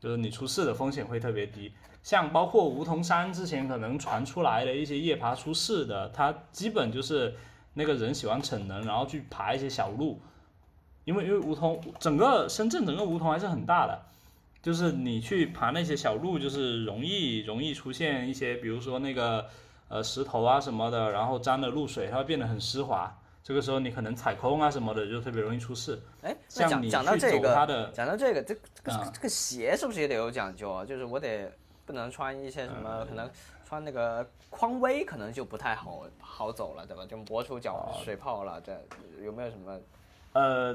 Speaker 2: 就是你出事的风险会特别低。像包括梧桐山之前可能传出来的一些夜爬出事的，它基本就是那个人喜欢逞能，然后去爬一些小路，因为因为梧桐整个深圳整个梧桐还是很大的，就是你去爬那些小路，就是容易容易出现一些，比如说那个呃石头啊什么的，然后沾了露水，它会变得很湿滑。这个时候你可能踩空啊什么的，就特别容易出事。
Speaker 1: 哎，那
Speaker 2: 像
Speaker 1: 讲
Speaker 2: 你
Speaker 1: 讲到
Speaker 2: 去
Speaker 1: 这
Speaker 2: 走它
Speaker 1: 个
Speaker 2: 的，
Speaker 1: 讲到这个，这个这个、
Speaker 2: 啊
Speaker 1: 这个鞋是不是也得有讲究啊？就是我得不能穿一些什么，可能穿那个匡威，可能就不太好好走了，对吧？就磨出脚水泡了，这有没有什么？
Speaker 2: 呃，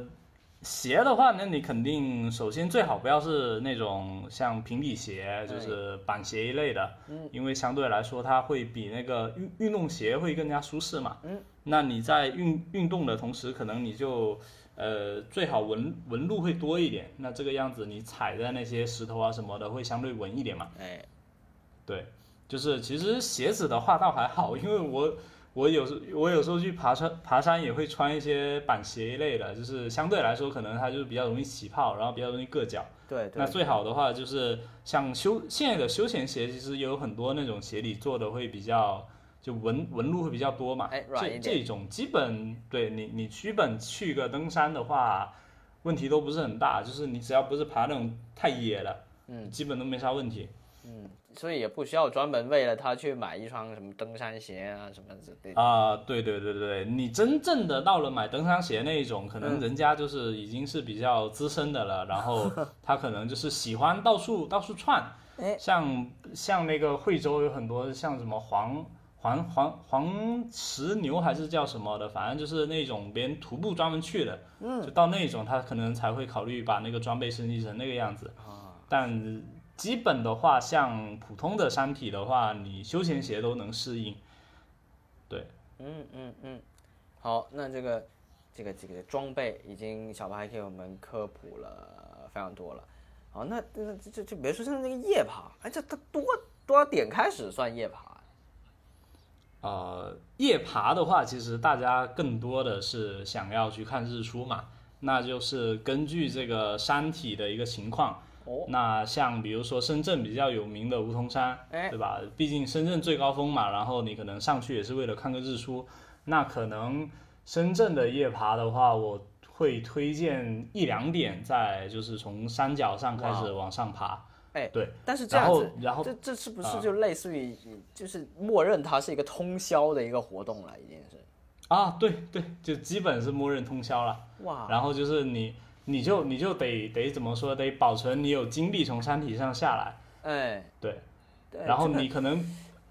Speaker 2: 鞋的话，那你肯定首先最好不要是那种像平底鞋，
Speaker 1: 对嗯
Speaker 2: 就是板鞋一类的，因为相对来说它会比那个运运动鞋会更加舒适嘛。
Speaker 1: 嗯，
Speaker 2: 那你在运运动的同时，可能你就呃最好纹纹路会多一点，那这个样子你踩在那些石头啊什么的会相对稳一点嘛。
Speaker 1: 哎，
Speaker 2: 对，就是其实鞋子的话倒还好，因为我我有时我有时候去爬山爬山也会穿一些板鞋一类的，就是相对来说可能它就是比较容易起泡，然后比较容易硌脚。
Speaker 1: 对对
Speaker 2: 那，最好的话就是像休现在的休闲鞋，其实有很多那种鞋底做的会比较。就纹纹路会比较多嘛，
Speaker 1: 哎软
Speaker 2: 这
Speaker 1: 一点
Speaker 2: 这种基本对你你基本去个登山的话，问题都不是很大，就是你只要不是爬那种太野的，
Speaker 1: 嗯
Speaker 2: 基本都没啥问题。
Speaker 1: 所以也不需要专门为了它去买一双什么登山鞋啊什么之类的。
Speaker 2: 啊、对对对对，你真正的到了买登山鞋那一种，可能人家就是已经是比较资深的了，然后他可能就是喜欢到处到处窜
Speaker 1: 哎，
Speaker 2: 像像那个惠州有很多像什么黄黄黄黄石牛还是叫什么的，反正就是那种别人徒步专门去的，就到那种他可能才会考虑把那个装备升级成那个样子。但基本的话，像普通的山体的话，你休闲鞋都能适应。
Speaker 1: 嗯嗯嗯，好，那这个这个这个装备已经小白还给我们科普了非常多了。好，那那这这这别说像那个夜爬，哎，这它多多少点开始算夜爬呀？
Speaker 2: 呃，夜爬的话，其实大家更多的是想要去看日出嘛，那就是根据这个山体的一个情况。
Speaker 1: 哦
Speaker 2: 那像比如说深圳比较有名的梧桐山，
Speaker 1: 哎
Speaker 2: 对吧？毕竟深圳最高峰嘛，然后你可能上去也是为了看个日出。那可能深圳的夜爬的话，我会推荐一两点，在就是从山脚上开始往上爬。
Speaker 1: 哦哎，
Speaker 2: 对，
Speaker 1: 但是这样子，
Speaker 2: 然后然后啊
Speaker 1: 这这是不是就类似于，就是默认它是一个通宵的一个活动了，已经是。
Speaker 2: 啊，对对，就基本是默认通宵了。
Speaker 1: 哇，
Speaker 2: 然后就是你，你就你就得得怎么说，得保存你有精力从山体上下来，
Speaker 1: 哎，
Speaker 2: 对。
Speaker 1: 对
Speaker 2: 然后
Speaker 1: 这个
Speaker 2: 你可能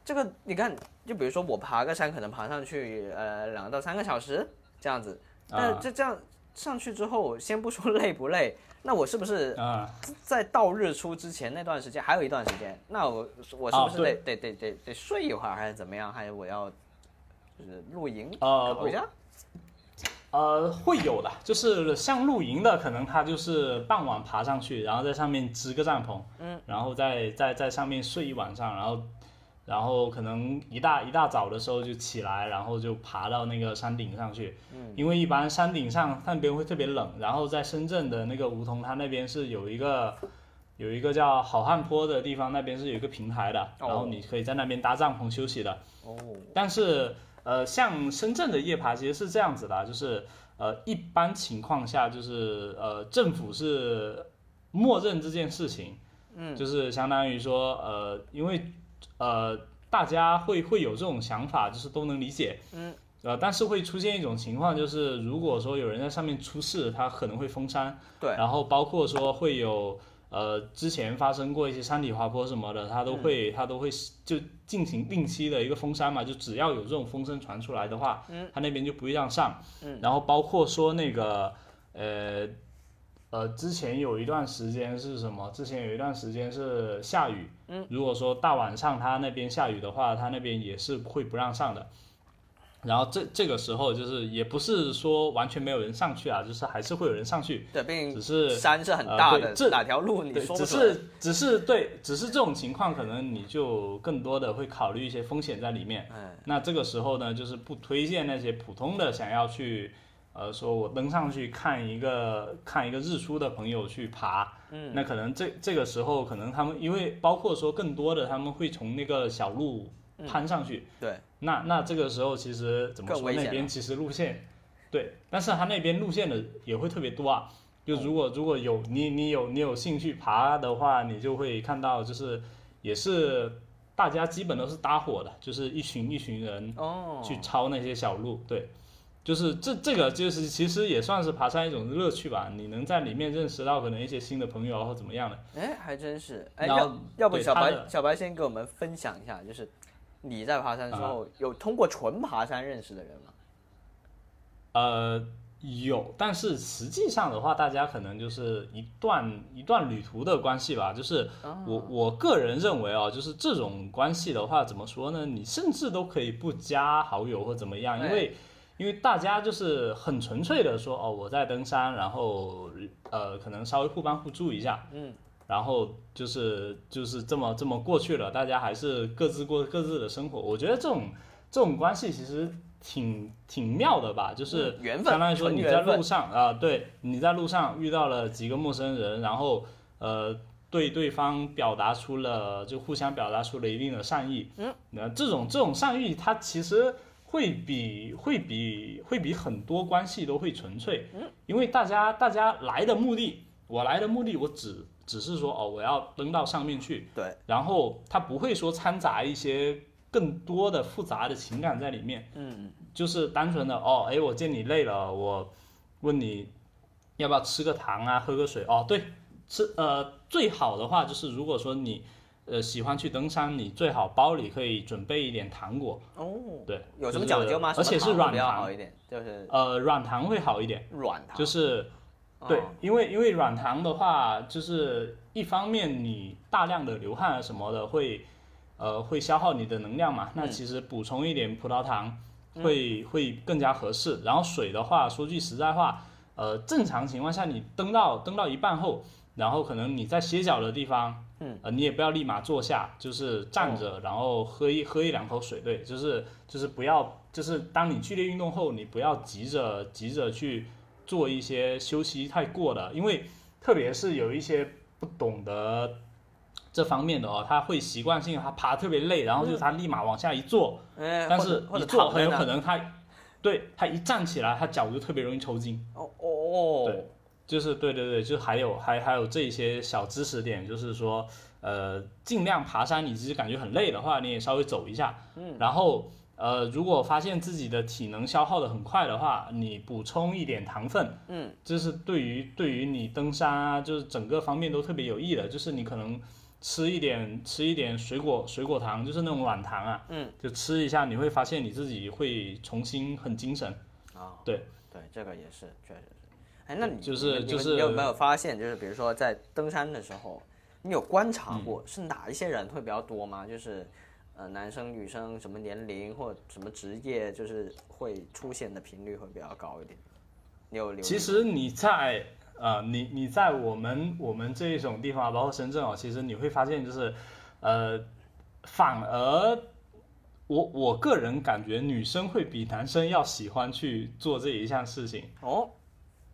Speaker 1: 这个你看，就比如说我爬个山，可能爬上去呃两到三个小时这样子，但
Speaker 2: 啊
Speaker 1: 这这样上去之后，先不说 累不累，那我是不是
Speaker 2: 啊、
Speaker 1: 在到日出之前那段时间还有一段时间？那我我是不
Speaker 2: 啊
Speaker 1: 是得、
Speaker 2: 对
Speaker 1: 得得得得睡一会儿，还是怎么样？还是我要就是露营
Speaker 2: 呃
Speaker 1: 搞一下？
Speaker 2: 呃会有的，就是像露营的，可能它就是傍晚爬上去，然后在上面支个帐篷，嗯，然后再在在上面睡一晚上，然后然后可能一大一大早的时候就起来，然后就爬到那个山顶上去，嗯，因为一般山顶上那边会特别冷，然后在深圳的那个梧桐，它那边是有一个。有一个叫好汉坡的地方，那边是有一个平台的，然后你可以在那边搭帐篷休息的。
Speaker 1: 哦，
Speaker 2: 但是呃，像深圳的夜爬其实是这样子的啊，就是呃，一般情况下就是呃，政府是默认这件事情，嗯，就是相当于说呃，因为呃，大家会会有这种想法，就是都能理解，嗯。呃，但是会出现一种情况，就是如果说有人在上面出事，他可能会封山。
Speaker 1: 对
Speaker 2: 然后包括说会有呃，之前发生过一些山体滑坡什么的，它都会、它都会就进行定期的一个封山嘛，就只要有这种风声传出来的话，嗯，它那边就不会让上，嗯，然后包括说那个呃呃，之前有一段时间是什么？之前有一段时间是下雨，嗯，如果说大晚上它那边下雨的话，它那边也是会不让上的。然后这这个时候就是也不是说完全没有人上去啊，就是还是会有人上去，
Speaker 1: 对，毕竟
Speaker 2: 只是
Speaker 1: 山是很
Speaker 2: 呃
Speaker 1: 大
Speaker 2: 对
Speaker 1: 的，
Speaker 2: 这
Speaker 1: 哪条路你
Speaker 2: 对，
Speaker 1: 说不
Speaker 2: 只
Speaker 1: 准
Speaker 2: 是只是对，只是这种情况，可能你就更多的会考虑一些风险在里面。
Speaker 1: 哎
Speaker 2: 那这个时候呢，就是不推荐那些普通的想要去，呃，说我登上去看一个看一个日出的朋友去爬。嗯，那可能这这个时候，可能他们因为包括说更多的他们会从那个小路
Speaker 1: 嗯
Speaker 2: 攀上去。
Speaker 1: 对，
Speaker 2: 那那这个时候其实怎么
Speaker 1: 更
Speaker 2: 说？
Speaker 1: 危险
Speaker 2: 那边
Speaker 1: 了
Speaker 2: 其实路线，对，但是它那边路线的也会特别多啊。就
Speaker 1: 哦
Speaker 2: 如果如果有你你有你有兴趣爬的话，你就会看到就是也是大家基本都是搭伙的，就是一群一群人
Speaker 1: 哦，
Speaker 2: 去抄那些小路，对。就是这这个就是其实也算是爬山一种乐趣吧，你能在里面认识到可能一些新的朋友啊或怎么样的。
Speaker 1: 哎，还真是。哎，
Speaker 2: 然后
Speaker 1: 要要不
Speaker 2: 对
Speaker 1: 小
Speaker 2: 它
Speaker 1: 白
Speaker 2: 的
Speaker 1: 小白先给我们分享一下，就是你在爬山之
Speaker 2: 啊
Speaker 1: 后、有通过纯爬山认识的人吗？
Speaker 2: 呃，有，但是实际上的话，大家可能就是一段一段旅途的关系吧。就是我我个人认为啊，就是这种关系的话，怎么说呢？你甚至都可以不加好友或怎么样，因
Speaker 1: 哎
Speaker 2: 为因为大家就是很纯粹的说哦，我在登山，然后呃，可能稍微互帮互助一下，嗯，然后就是就是这么这么过去了，大家还是各自过各自的生活。我觉得这种这种关系其实挺挺妙的吧，就是
Speaker 1: 嗯缘分
Speaker 2: 相当于说
Speaker 1: 纯
Speaker 2: 你
Speaker 1: 缘
Speaker 2: 在
Speaker 1: 分
Speaker 2: 路上啊、对，你在路上遇到了几个陌生人，然后呃。对对方表达出了，就互相表达出了一定的善意。嗯，那这种这种善意，它其实会比会比会比很多关系都会纯粹，因为大家大家来的目的，我来的目的，我只只是说哦，我要登到上面去，
Speaker 1: 对，
Speaker 2: 然后他不会说掺杂一些更多的复杂的情感在里面，嗯，就是单纯的哦，哎，我见你累了，我问你要不要吃个糖啊，喝个水，哦，对，吃呃最好的话就是如果说你呃喜欢去登山，你最好包里可以准备一点糖果。
Speaker 1: 哦，
Speaker 2: 对，
Speaker 1: 有什
Speaker 2: 就
Speaker 1: 么
Speaker 2: 是
Speaker 1: 讲究吗？
Speaker 2: 而且
Speaker 1: 什么
Speaker 2: 是
Speaker 1: 糖
Speaker 2: 软
Speaker 1: 比较
Speaker 2: 糖
Speaker 1: 好一点，就是
Speaker 2: 呃，软糖会好一点，
Speaker 1: 软糖，
Speaker 2: 就是对，因为因为软糖的话，就是一方面你大量的流汗啊什么的会，呃，会消耗你的能量嘛。那其实补充一点葡萄糖会会更加合适。然后水的话，说句实在话，呃，正常情况下你蹬到蹬到一半后，然后可能你在歇脚的地方，嗯，呃，你也不要立马坐下，就是站着，然后喝一喝一两口水，对，就是就是不要，就是当你剧烈运动后，你不要急着急着去做一些休息太过的，因为特别是有一些不懂得这方面的哦，他会习惯性他爬特别累，然后就是他立马往下一坐，
Speaker 1: 哎，
Speaker 2: 但
Speaker 1: 或者
Speaker 2: 是
Speaker 1: 或
Speaker 2: 一
Speaker 1: 者
Speaker 2: 坐
Speaker 1: 躺
Speaker 2: 很
Speaker 1: 在
Speaker 2: 有
Speaker 1: 那
Speaker 2: 可能他，对他一站起来，他脚就特别容易抽筋。
Speaker 1: 哦哦
Speaker 2: 对，就是对对对，就还有还还有这一些小知识点，就是说，呃，尽量爬山，你其实感觉很累的话，你也稍微走一下，嗯，然后呃，如果发现自己的体能消耗的很快的话，你补充一点糖分，嗯，这是对于对于你登山啊，就是整个方面都特别有益的，就是你可能。吃一点，吃一点水果，水果糖就是那种软糖啊，嗯，就吃一下，你会发现你自己会重新很精神，
Speaker 1: 啊，
Speaker 2: 对
Speaker 1: 对，这个也是，确实是。哎，那你
Speaker 2: 就是
Speaker 1: 你们
Speaker 2: 就是
Speaker 1: 你有没有发现，就是比如说在登山的时候，你有观察
Speaker 2: 嗯
Speaker 1: 过是哪一些人会比较多吗？就是呃，男生、女生什么年龄或什么职业，就是会出现的频率会比较高一点。你有留意
Speaker 2: 其实你在呃，你你在我们我们这一种地方，包括深圳哦，其实你会发现就是，呃，反而我我个人感觉女生会比男生要喜欢去做这一项事情。
Speaker 1: 哦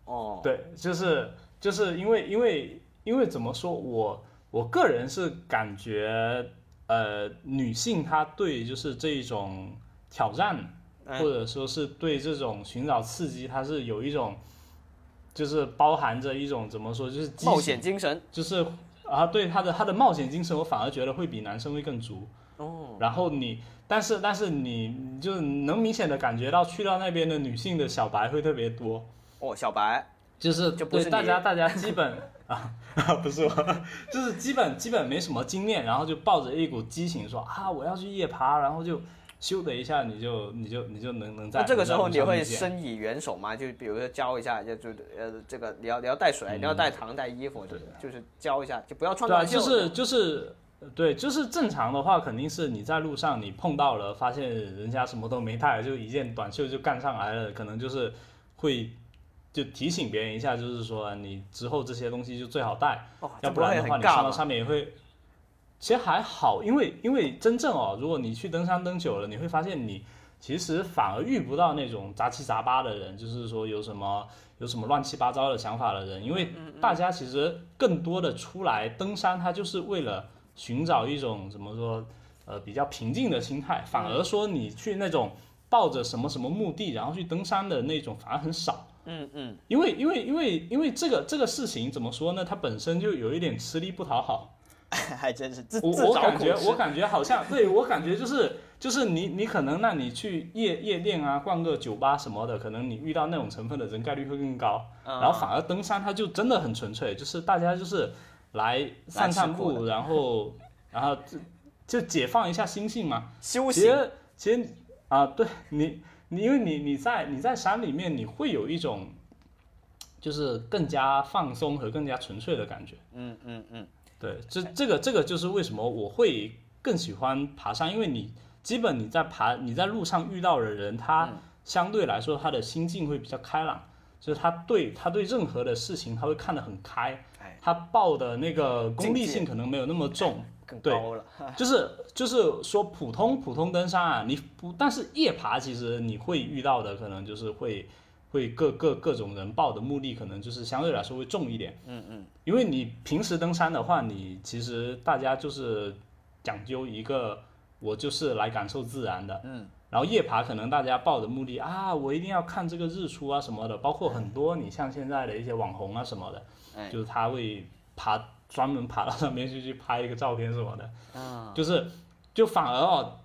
Speaker 1: 哦，
Speaker 2: 对，就是就是因为因为因为怎么说，我我个人是感觉，呃，女性她对就是这一种挑战，
Speaker 1: 哎
Speaker 2: 或者说是对这种寻找刺激，她是有一种，就是包含着一种怎么说，就是激
Speaker 1: 冒
Speaker 2: 情
Speaker 1: 险精神
Speaker 2: 就是啊，对他的他的冒险精神，我反而觉得会比男生会更足。哦，然后你，但是但是你你就能明显的感觉到，去到那边的女性的小白会特别多，
Speaker 1: 哦，小白
Speaker 2: 就是
Speaker 1: 就不是
Speaker 2: 对大
Speaker 1: 你
Speaker 2: 家大家 基本啊啊不是我，就是基本基本没什么经验，然后就抱着一股激情说啊我要去夜爬，然后就咻的一下你就你就你就能能在
Speaker 1: 那这个
Speaker 2: 能
Speaker 1: 时
Speaker 2: 在
Speaker 1: 候
Speaker 2: 路
Speaker 1: 你
Speaker 2: 上啊
Speaker 1: 会
Speaker 2: 遇见
Speaker 1: 伸以援手吗？就比如说教一下，就就呃，这个你要你要带水，你要带糖、带衣服，就是就是教一下，就不要穿
Speaker 2: 嗯对啊，
Speaker 1: 短袖。
Speaker 2: 就是就是，对，就是正常的话，肯定是你在路上你碰到了，发现人家什么都没带，就一件短袖就干上来了，可能就是会就提醒别人一下，就是说你之后这些东西就最好带，
Speaker 1: 哦，这
Speaker 2: 要
Speaker 1: 不
Speaker 2: 不
Speaker 1: 会
Speaker 2: 然的
Speaker 1: 很
Speaker 2: 话你
Speaker 1: 尬
Speaker 2: 上
Speaker 1: 吗
Speaker 2: 到？上面也会。其实还好，因为因为真正哦，如果你去登山登久了，你会发现你其实反而遇不到那种杂七杂八的人，就是说有什么有什么乱七八糟的想法的人，因为
Speaker 1: 嗯
Speaker 2: 大家其实更多的出来登山，他就是为了寻找一种怎么说，呃，比较平静的心态，反
Speaker 1: 嗯
Speaker 2: 而说你去那种抱着什么什么目的然后去登山的那种反而很少。
Speaker 1: 嗯嗯，
Speaker 2: 因为因为因为因为这个这个事情怎么说呢？它本身就有一点吃力不讨好，
Speaker 1: 还真是自
Speaker 2: 我
Speaker 1: 自
Speaker 2: 我
Speaker 1: 找
Speaker 2: 感
Speaker 1: 苦
Speaker 2: 觉
Speaker 1: 吃
Speaker 2: 我感觉好像对我感觉就是就是你你可能那你去夜夜店啊逛个酒吧什么的，可能你遇到那种成分的人概率会更高，
Speaker 1: 嗯
Speaker 2: 然后反而登山它就真的很纯粹，就是大家就是来散散
Speaker 1: 吃苦
Speaker 2: 步，然后然后就就解放一下心性嘛。
Speaker 1: 修
Speaker 2: 其
Speaker 1: 行
Speaker 2: 实其实啊，对你你因为你你在你在山里面，你会有一种就是更加放松和更加纯粹的感觉。
Speaker 1: 嗯嗯嗯，
Speaker 2: 对，这这个这个就是为什么我会更喜欢爬山，因为你基本你在爬你在路上遇到的人，他
Speaker 1: 嗯
Speaker 2: 相对来说他的心境会比较开朗，就是他对他对任何的事情他会看得很开
Speaker 1: 哎，
Speaker 2: 他抱的那个功利
Speaker 1: 境界
Speaker 2: 性可能没有那么重，
Speaker 1: 更
Speaker 2: 对
Speaker 1: 高了。
Speaker 2: 就是就是说普通普通登山啊，你不但是夜爬，其实你会遇到的可能就是会会各各各种人报的目的，可能就是相对来说会重一点。嗯嗯，因为你平时登山的话，你其实大家就是讲究一个，我就是来感受自然的。嗯。然后夜爬可能大家报的目的啊，我一定要看这个日出啊什么的，包括很多你像现在的一些网红啊什么的，
Speaker 1: 哎
Speaker 2: 就是他会爬专门爬到上面去去拍一个照片什么的。
Speaker 1: 啊
Speaker 2: 就是就反而哦，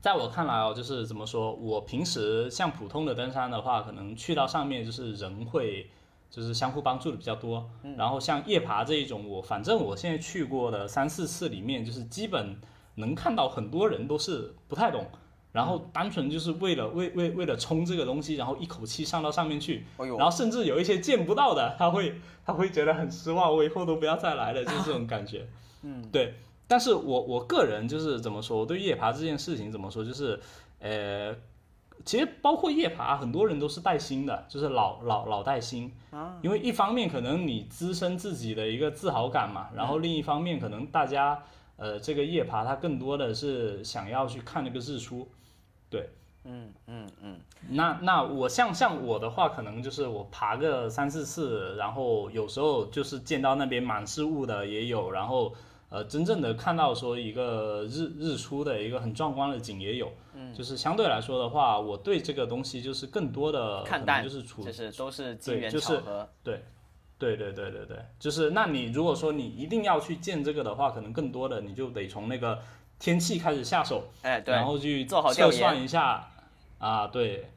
Speaker 2: 在我看来哦，就是怎么说，我平时像普通的登山的话，可能去到上面就是人会就是相互帮助的比较多。
Speaker 1: 嗯
Speaker 2: 然后像夜爬这一种，我反正我现在去过的三四次里面，就是基本能看到很多人都是不太懂。然后
Speaker 1: 嗯
Speaker 2: 单纯就是为了为为为了冲这个东西，然后一口气上到上面去，
Speaker 1: 哎呦，
Speaker 2: 然后甚至有一些见不到的，他会他会觉得很失望，我以后都不要再来了，就是这种感觉。嗯，对。但是我我个人就是怎么说，我对夜爬这件事情怎么说，就是呃，其实包括夜爬，很多人都是带薪的，就是老老老带薪
Speaker 1: 嗯
Speaker 2: 啊。因为一方面可能你滋生自己的一个自豪感
Speaker 1: 嗯
Speaker 2: 嘛，然后另一方面可能大家呃这个夜爬它更多的是想要去看那个日出，对。
Speaker 1: 嗯嗯嗯，
Speaker 2: 那那我像像我的话，可能就是我爬个三四次，然后有时候就是见到那边满是雾的也有，然后呃，真正的看到说一个日日出的一个很壮观的景也有，嗯，就是相对来说的话，我对这个东西就是更多的
Speaker 1: 看
Speaker 2: 呃可能
Speaker 1: 淡
Speaker 2: 就是处
Speaker 1: 就是都是机
Speaker 2: 对
Speaker 1: 缘
Speaker 2: 就
Speaker 1: 巧
Speaker 2: 是
Speaker 1: 合，
Speaker 2: 对，对对对对对，就是那你如果说你一定要去见这个的话，可能更多的你就得从那个天气开始下手，
Speaker 1: 哎，对
Speaker 2: 然，后去
Speaker 1: 做好调
Speaker 2: 测
Speaker 1: 研哦
Speaker 2: 算一下啊，对。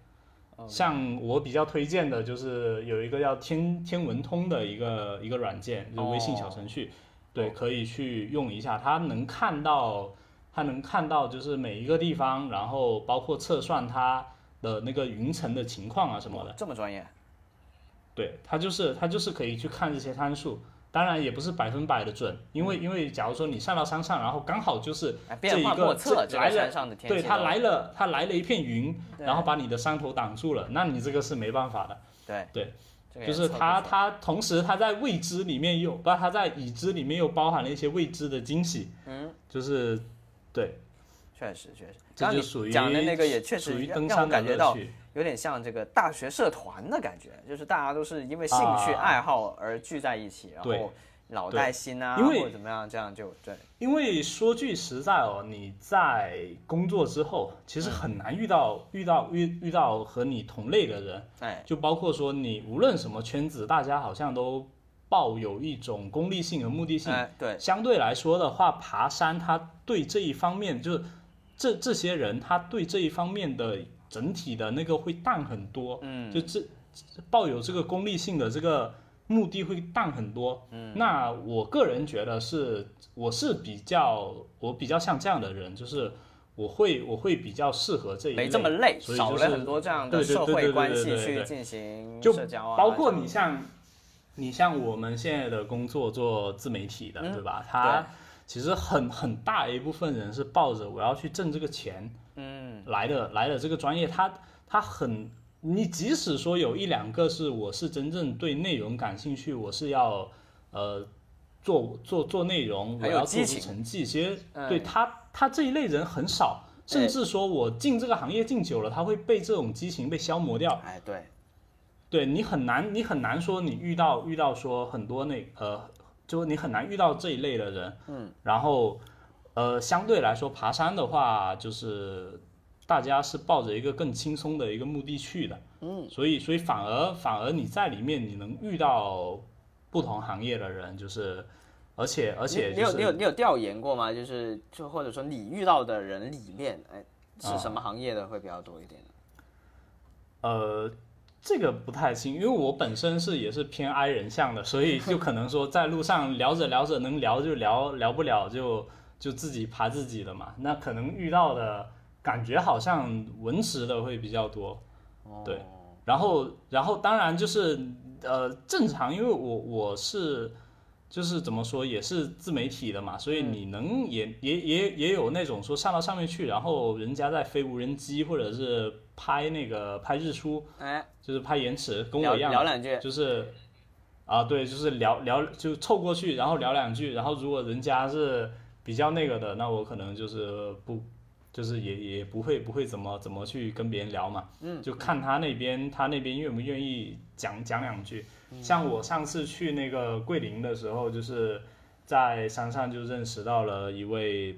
Speaker 2: 像我比较推荐的就是有一个叫天天文通的一个一个软件，就是微信小程
Speaker 1: 哦
Speaker 2: 序，对，可以去用一下，它能看到它能看到就是每一个地方，然后包括测算它的那个云层的情况啊什么的，
Speaker 1: 这么专业，
Speaker 2: 对，它就是它就是可以去看这些参数。当然也不是百分百的准，
Speaker 1: 嗯
Speaker 2: 因为因为假如说你上到山上，然后刚好就是
Speaker 1: 哎，
Speaker 2: 这
Speaker 1: 变
Speaker 2: 一
Speaker 1: 幻
Speaker 2: 个
Speaker 1: 莫
Speaker 2: 这
Speaker 1: 测，这
Speaker 2: 来
Speaker 1: 个
Speaker 2: 了
Speaker 1: 山上的天
Speaker 2: 对
Speaker 1: 气，
Speaker 2: 它来，了，它来了一片云，
Speaker 1: 对
Speaker 2: 然后把你的山头挡住了，那你这个是没办法的。
Speaker 1: 对
Speaker 2: 对，
Speaker 1: 这个
Speaker 2: 就
Speaker 1: 也
Speaker 2: 是
Speaker 1: 测不
Speaker 2: 它
Speaker 1: 出来
Speaker 2: 它同时它在未知里面又，不，它在已知里面又包含了一些未知的惊喜。
Speaker 1: 嗯，
Speaker 2: 就是对，
Speaker 1: 确实确实，
Speaker 2: 这
Speaker 1: 刚刚
Speaker 2: 就
Speaker 1: 你
Speaker 2: 属于
Speaker 1: 讲的那个也确
Speaker 2: 属
Speaker 1: 实
Speaker 2: 于
Speaker 1: 让
Speaker 2: 登
Speaker 1: 让我
Speaker 2: 山的
Speaker 1: 感觉
Speaker 2: 乐
Speaker 1: 到
Speaker 2: 趣。
Speaker 1: 有点像这个大学社团的感觉，就是大家都是因为兴趣
Speaker 2: 啊
Speaker 1: 爱好而聚在一起，然
Speaker 2: 对
Speaker 1: 后脑
Speaker 2: 对
Speaker 1: 带心啊，
Speaker 2: 因
Speaker 1: 或
Speaker 2: 为
Speaker 1: 者怎么样，这样就对，
Speaker 2: 因为说句实在哦，你在工作之后，其
Speaker 1: 嗯
Speaker 2: 实很难遇到、遇到遇遇到和你同类的人，
Speaker 1: 哎，
Speaker 2: 就包括说你无论什么圈子，大家好像都抱有一种功利性和目的性。
Speaker 1: 哎，对，
Speaker 2: 相对来说的话，爬山它对这一方面，就是这这些人他对这一方面的整体的那个会淡很多，
Speaker 1: 嗯
Speaker 2: 就这这抱有这个功利性的这个目的会淡很多。嗯，那我个人觉得是，我是比较我比较像这样的人，就是我会我会比较适合这一类
Speaker 1: 没这么累，
Speaker 2: 所以
Speaker 1: 少
Speaker 2: 就
Speaker 1: 了
Speaker 2: 是
Speaker 1: 很多这样的
Speaker 2: 对对
Speaker 1: 社
Speaker 2: 对对
Speaker 1: 会
Speaker 2: 对
Speaker 1: 关
Speaker 2: 对
Speaker 1: 系
Speaker 2: 对对
Speaker 1: 去
Speaker 2: 对
Speaker 1: 进行
Speaker 2: 就
Speaker 1: 社交啊，
Speaker 2: 包括
Speaker 1: 这样
Speaker 2: 你像你像我们现在的工作做自媒体
Speaker 1: 嗯
Speaker 2: 的，对吧？他其实很很大一部分人是抱着我要去挣这个钱，嗯，来的来的这个专业，他他很。你即使说有一两个是我是真正对内容感兴趣，我是要呃做做做内容，我
Speaker 1: 很有
Speaker 2: 要做
Speaker 1: 激
Speaker 2: 出
Speaker 1: 情
Speaker 2: 成绩。其实
Speaker 1: 嗯
Speaker 2: 对他他这一类人很少，
Speaker 1: 对
Speaker 2: 甚至说我进这个行业进久了，他会被这种激情被消磨掉。
Speaker 1: 哎，对，
Speaker 2: 对你很难，你很难说你遇到遇到说很多那呃，就是你很难遇到这一类的人。嗯，然后呃，相对来说爬山的话，就是大家是抱着一个更轻松的一个目的去的。嗯，所以所以反而反而你在里面你能遇到不同行业的人，就是而且而且
Speaker 1: 你你
Speaker 2: 就
Speaker 1: 有你有
Speaker 2: 是
Speaker 1: 你有调研过吗？就是就或者说你遇到的人里面，哎，是
Speaker 2: 啊
Speaker 1: 什么行业的会比较多一点呢？
Speaker 2: 呃。这个不太清，因为我本身是也是偏 I 人向的，所以就可能说在路上聊着聊着能聊就聊，聊不了就就自己爬自己的嘛。那可能遇到的感觉好像文职的会比较多，对。然后然后当然就是呃正常，因为我我是就是怎么说也是自媒体的嘛，
Speaker 1: 嗯
Speaker 2: 所以你能也、也也也有那种说上到上面去，然后人家在飞无人机或者是拍那个拍日出。
Speaker 1: 哎，
Speaker 2: 就是拍延迟，跟
Speaker 1: 聊
Speaker 2: 我一样，
Speaker 1: 聊两句，
Speaker 2: 就是啊，对，就是聊聊，就凑过去，然后聊两句，然后如果人家是比较那个的，那我可能就是不，就是也也不会不会怎么怎么去跟别人聊嘛，嗯，就看他那边他那边愿不愿意讲讲两句。像我上次去那个桂林的时候，就是在山上就认识到了一位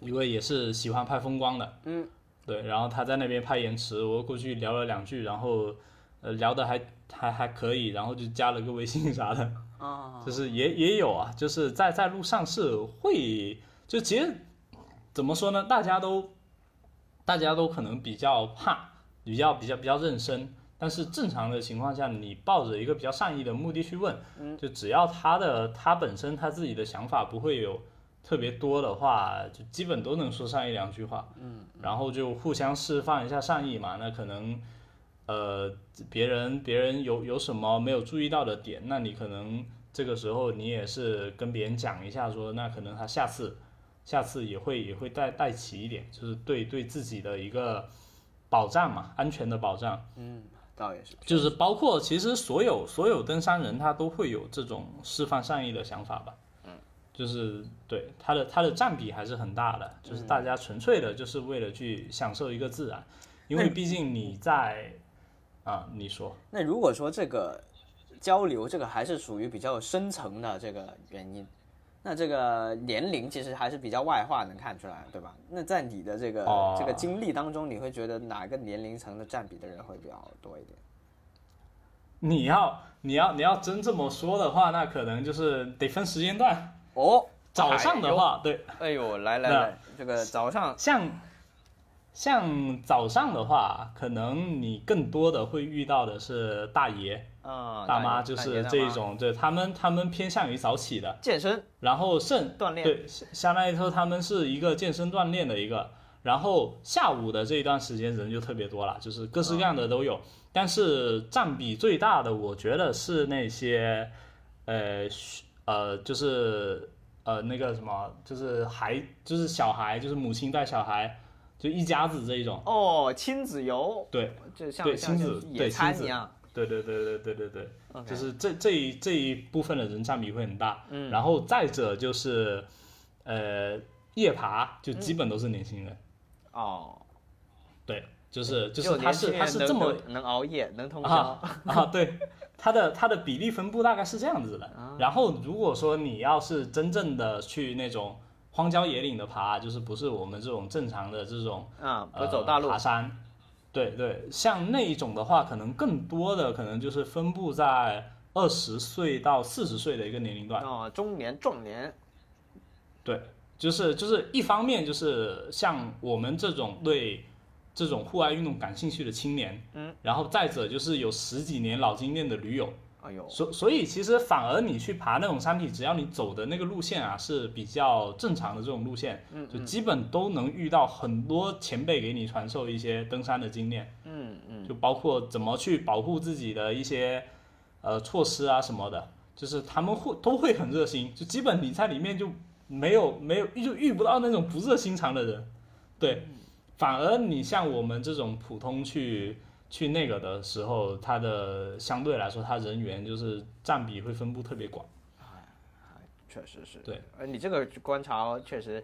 Speaker 2: 一位也是喜欢拍风光的，嗯，对，然后他在那边拍延迟，我过去聊了两句，然后呃聊的还还还可以，然后就加了个微信啥的，啊，就是也也有啊，就是在在路上是会，就其实怎么说呢，大家都大家都可能比较怕，比较比较比较认生。但是正常的情况下，你抱着一个比较善意的目的去问，就只要他的他本身他自己的想法不会有特别多的话，就基本都能说上一两句话。嗯，然后就互相示范一下善意嘛。那可能，呃，别人别人有有什么没有注意到的点，那你可能这个时候你也是跟别人讲一下说，那可能他下次下次也会也会带带齐一点，就是对对自己的一个保障嘛，安全的保障，
Speaker 1: 倒也是，
Speaker 2: 就是包括其实所有所有登山人他都会有这种释放善意的想法吧，嗯，就是对他的他的占比还是很大的，就是大家纯粹的就是为了去享受一个自然，因为毕竟你在啊，你说
Speaker 1: 那如果说这个交流这个还是属于比较深层的这个原因，那这个年龄其实还是比较外化，能看出来，对吧？那在你的这个、
Speaker 2: 哦
Speaker 1: 这个经历当中，你会觉得哪个年龄层的占比的人会比较多一点？
Speaker 2: 你要你要你要真这么说的话，那可能就是得分时间段，
Speaker 1: 哦，
Speaker 2: 早上的话，对，
Speaker 1: 哎呦，哎呦，来来来，这个早上
Speaker 2: 像像早上的话，可能你更多的会遇到的是大爷、
Speaker 1: 啊、
Speaker 2: 大
Speaker 1: 爷
Speaker 2: 妈，就
Speaker 1: 大
Speaker 2: 是
Speaker 1: 爷大
Speaker 2: 这一
Speaker 1: 妈
Speaker 2: 种，对他们他们偏向于早起的，
Speaker 1: 健身
Speaker 2: 然后甚
Speaker 1: 锻炼
Speaker 2: 对，相当于说他们是一个健身锻炼的一个，然后下午的这一段时间人就特别多了，就是各式各样的都有，但是占比最大的，我觉得是那些，呃学呃，就是呃那个什么，就是孩，就是小孩，就是母亲带小孩，就一家子这一种，
Speaker 1: 哦，亲子游，
Speaker 2: 对
Speaker 1: 就像
Speaker 2: 对
Speaker 1: 像
Speaker 2: 亲子
Speaker 1: 野
Speaker 2: 对
Speaker 1: 餐
Speaker 2: 亲
Speaker 1: 一
Speaker 2: 子
Speaker 1: 样，
Speaker 2: 对对对对对对对。
Speaker 1: OK
Speaker 2: 就是这这一这一部分的人占比会很大。嗯，然后再者就是，呃，夜爬就基本都是年轻人，
Speaker 1: 哦，
Speaker 2: 对，就是就
Speaker 1: 只有
Speaker 2: 是他
Speaker 1: 哎年轻
Speaker 2: 是
Speaker 1: 人
Speaker 2: 他是
Speaker 1: 能
Speaker 2: 这么
Speaker 1: 能能熬夜，能通宵。
Speaker 2: 啊啊，对，它的它的比例分布大概是这样子的。
Speaker 1: 哦
Speaker 2: 然后如果说你要是真正的去那种荒郊野岭的爬，就是不是我们这种正常的这种
Speaker 1: 啊，不
Speaker 2: 呃
Speaker 1: 走大路，
Speaker 2: 爬山。对对，像那一种的话，可能更多的可能就是分布在二十岁到四十岁的一个年龄段。
Speaker 1: 哦，中年、壮年，
Speaker 2: 对，就是就是一方面就是像我们这种对这种户外运动感兴趣的青年，嗯，然后再者就是有十几年老经验的驴友，
Speaker 1: 哎呦，
Speaker 2: 所所以其实反而你去爬那种山体，只要你走的那个路线啊是比较正常的这种路线，嗯，就基本都能遇到很多前辈给你传授一些登山的经验，
Speaker 1: 嗯嗯，
Speaker 2: 就包括怎么去保护自己的一些呃措施啊什么的，就是他们会都会很热心，就基本你在里面就没有没有就遇不到那种不热心肠的人，对，反而你像我们这种普通去去那个的时候，它的相对来说，它人员就是占比会分布特别广。
Speaker 1: 确实是。
Speaker 2: 对，
Speaker 1: 呃，你这个观察确实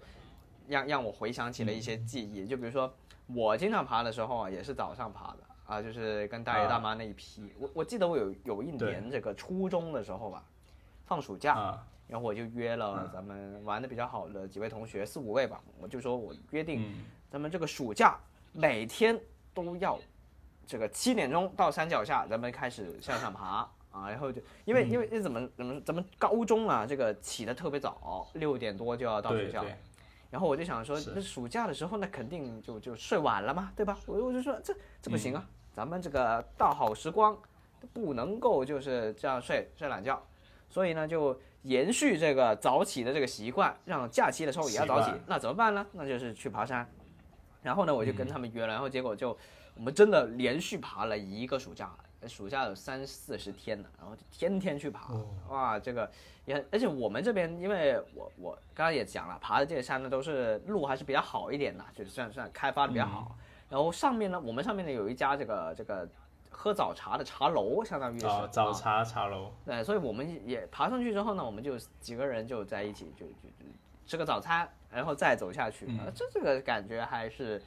Speaker 1: 让让我回想起了一些记
Speaker 2: 嗯
Speaker 1: 忆，就比如说我经常爬的时候啊，也是早上爬的啊，就是跟大爷
Speaker 2: 啊
Speaker 1: 大妈那一批。我我记得我有有一
Speaker 2: 对
Speaker 1: 年这个初中的时候吧，放暑假，
Speaker 2: 啊嗯
Speaker 1: 然后我就约了咱们玩的比较好的几位同学，四五位吧，我就说我约定
Speaker 2: 嗯
Speaker 1: 咱们这个暑假每天都要这个七点钟到山脚下，咱们开始向上爬啊，然后就因
Speaker 2: 嗯
Speaker 1: 为因为因为怎么怎么咱们高中啊，这个起得特别早，六点多就要到
Speaker 2: 对
Speaker 1: 学校，
Speaker 2: 对，
Speaker 1: 然后我就想说
Speaker 2: 是，
Speaker 1: 那暑假的时候，那肯定就就睡晚了嘛，对吧？我我就说这这不行
Speaker 2: 嗯
Speaker 1: 啊，咱们这个大好时光不能够就是这样睡睡懒觉，所以呢就延续这个早起的这个习惯，让假期的时候也要早起
Speaker 2: 习惯。
Speaker 1: 那怎么办呢？那就是去爬山。然后呢，我就
Speaker 2: 嗯
Speaker 1: 跟他们约了，然后结果就我们真的连续爬了一个暑假，暑假有三四十天呢，然后就天天去
Speaker 2: 哦
Speaker 1: 爬，哇，这个也很而且我们这边，因为我我刚刚也讲了，爬的这些山呢都是路还是比较好一点的，就是算算开发的比较
Speaker 2: 嗯
Speaker 1: 好。然后上面呢，我们上面呢有一家这个这个喝早茶的茶楼，相当于是、
Speaker 2: 啊，早茶茶楼，
Speaker 1: 对，哎所以我们也爬上去之后呢，我们就几个人就在一起就就就吃个早餐，然后再走下
Speaker 2: 嗯
Speaker 1: 去，呃这这个感觉还是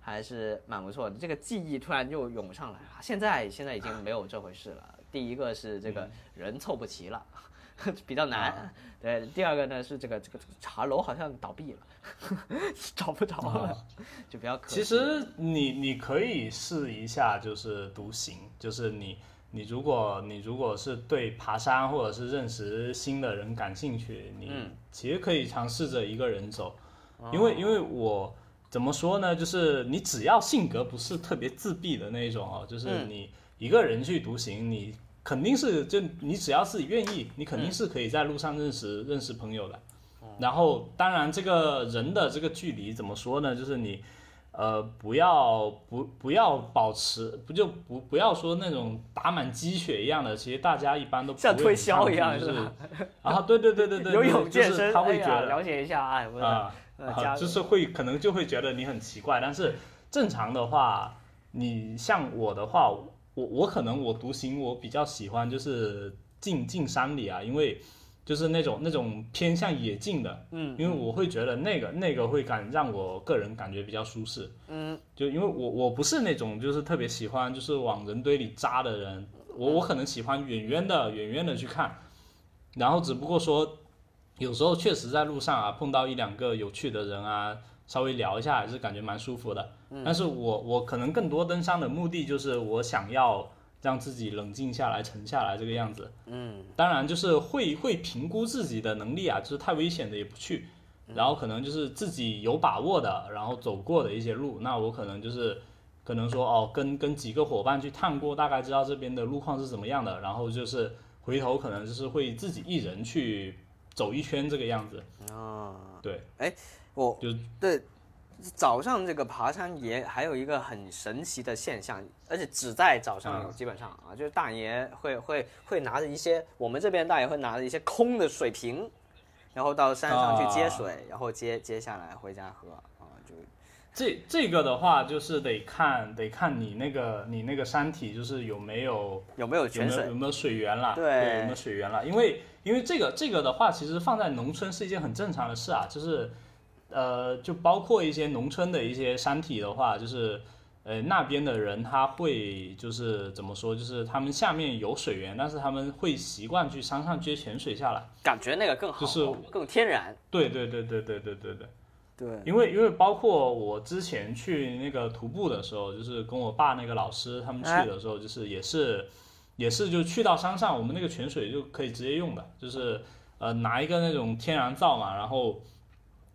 Speaker 1: 还是蛮不错的。这个记忆突然就涌上来了，现在现在已经没有这回事了。第一个是这
Speaker 2: 嗯
Speaker 1: 个人凑不齐了， 比较难。
Speaker 2: 啊
Speaker 1: 对，第二个呢是这个这个这个茶楼好像倒闭了， 找不着了，就比较可惜。
Speaker 2: 啊其实你你可以试一下，就是独行，就是你你如果你如果是对爬山或者是认识新的人感兴趣，你
Speaker 1: 嗯
Speaker 2: 其实可以尝试着一个人走，
Speaker 1: 哦
Speaker 2: 因为因为我怎么说呢，就是你只要性格不是特别自闭的那一种哦，就是
Speaker 1: 嗯
Speaker 2: 你一个人去独行，你肯定是就你只要自己愿意，你肯定是可以在路上认识、认识朋友的。然后，当然，这个人的这个距离怎么说呢？就是你呃，不要不不要保持，不就不不要说那种打满鸡血一样的，其实大家一般都不
Speaker 1: 像
Speaker 2: 会
Speaker 1: 推
Speaker 2: 很
Speaker 1: 销
Speaker 2: 抗
Speaker 1: 一样
Speaker 2: 拒就是是
Speaker 1: 吧
Speaker 2: 啊，对对对对 对，
Speaker 1: 游
Speaker 2: 对
Speaker 1: 泳健
Speaker 2: 就是
Speaker 1: 身，
Speaker 2: 他
Speaker 1: 哎
Speaker 2: 会觉
Speaker 1: 呀，
Speaker 2: 得
Speaker 1: 了解一下啊，哎我的
Speaker 2: 啊
Speaker 1: 呃加
Speaker 2: 就是会可能就会觉得你很奇怪，但是正常的话，你像我的话，我我可能我独行我比较喜欢就是进进山里啊，因为就是那种那种偏向野径的，
Speaker 1: 嗯，
Speaker 2: 因为我会觉得那个那个会感让我个人感觉比较舒适，
Speaker 1: 嗯，
Speaker 2: 就因为我我不是那种就是特别喜欢就是往人堆里扎的人，我我可能喜欢远远的远远的去
Speaker 1: 嗯
Speaker 2: 看，然后只不过说有时候确实在路上啊碰到一两个有趣的人啊，稍微聊一下还是感觉蛮舒服的。但是我我可能更多登山的目的就是我想要让自己冷静下来、沉下来这个样子。嗯，当然就是会会评估自己的能力啊，就是太危险的也不去。然后可能就是自己有把握的，然后走过的一些路，那我可能就是可能说哦，跟跟几个伙伴去探过，大概知道这边的路况是怎么样的，然后就是回头可能就是会自己一人去走一圈这个样子。
Speaker 1: 啊，
Speaker 2: 对，
Speaker 1: 我
Speaker 2: 就
Speaker 1: 对早上这个爬山也还有一个很神奇的现象，而且只在早上
Speaker 2: 嗯
Speaker 1: 有，基本上啊，就是大爷会会会拿着一些我们这边大爷会拿着一些空的水瓶，然后到山上去接
Speaker 2: 啊
Speaker 1: 水，然后接接下来回家喝啊，就
Speaker 2: 这这个的话就是得看得看你那个你那个山体就是有没有
Speaker 1: 有没有
Speaker 2: 有
Speaker 1: 泉
Speaker 2: 没有
Speaker 1: 水
Speaker 2: 有？没有水源啦？
Speaker 1: 对
Speaker 2: 有没有水源啦？因为因为这个这个的话，其实放在农村是一件很正常的事啊，就是呃，就包括一些农村的一些山体的话，就是呃那边的人他会就是怎么说，就是他们下面有水源，但是他们会习惯去山上接泉水下来。
Speaker 1: 感觉那个更好，
Speaker 2: 就是
Speaker 1: 更天然。
Speaker 2: 对对对对对对对对。
Speaker 1: 对，
Speaker 2: 因为因为包括我之前去那个徒步的时候，就是跟我爸那个老师他们去
Speaker 1: 哎
Speaker 2: 的时候，就是也是也是就去到山上，我们那个泉水就可以直接用的，就是呃拿一个那种天然皂嘛，然后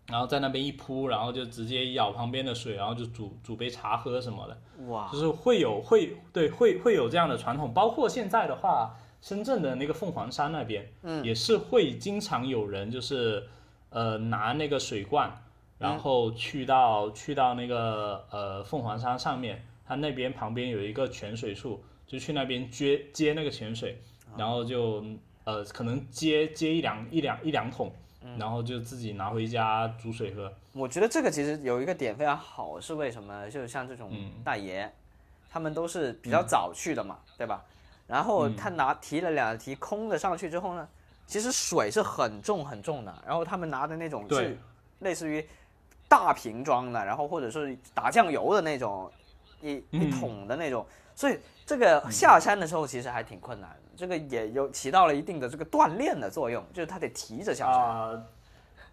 Speaker 2: 然后在那边一铺，然后就直接舀旁边的水，然后就煮煮杯茶喝什么的。
Speaker 1: 哇
Speaker 2: 就，是会有会对会会有这样的传统，包括现在的话，深圳的那个凤凰山那边，嗯，也是会经常有人就是呃拿那个水罐，然后去到、去到那个呃凤凰山上面，它那边旁边有一个泉水处，就去那边接接那个泉水，然后就呃可能接接一两一两一两桶，然后就自己拿回家煮水喝。
Speaker 1: 我觉得这个其实有一个点非常好，是为什么？就是像这种
Speaker 2: 嗯
Speaker 1: 大爷，他们都是比较早去的嘛，对吧？然后
Speaker 2: 嗯
Speaker 1: 他拿提了两提空的上去之后呢，其实水是很重很重的，然后他们拿的那种是
Speaker 2: 对
Speaker 1: 类似于大瓶装的，然后或者是打酱油的那种一
Speaker 2: 嗯
Speaker 1: 一桶的那种，所以这个下山的时候其实还挺困难的，这个也有起到了一定的这个锻炼的作用，就是他得提着下山。
Speaker 2: 啊、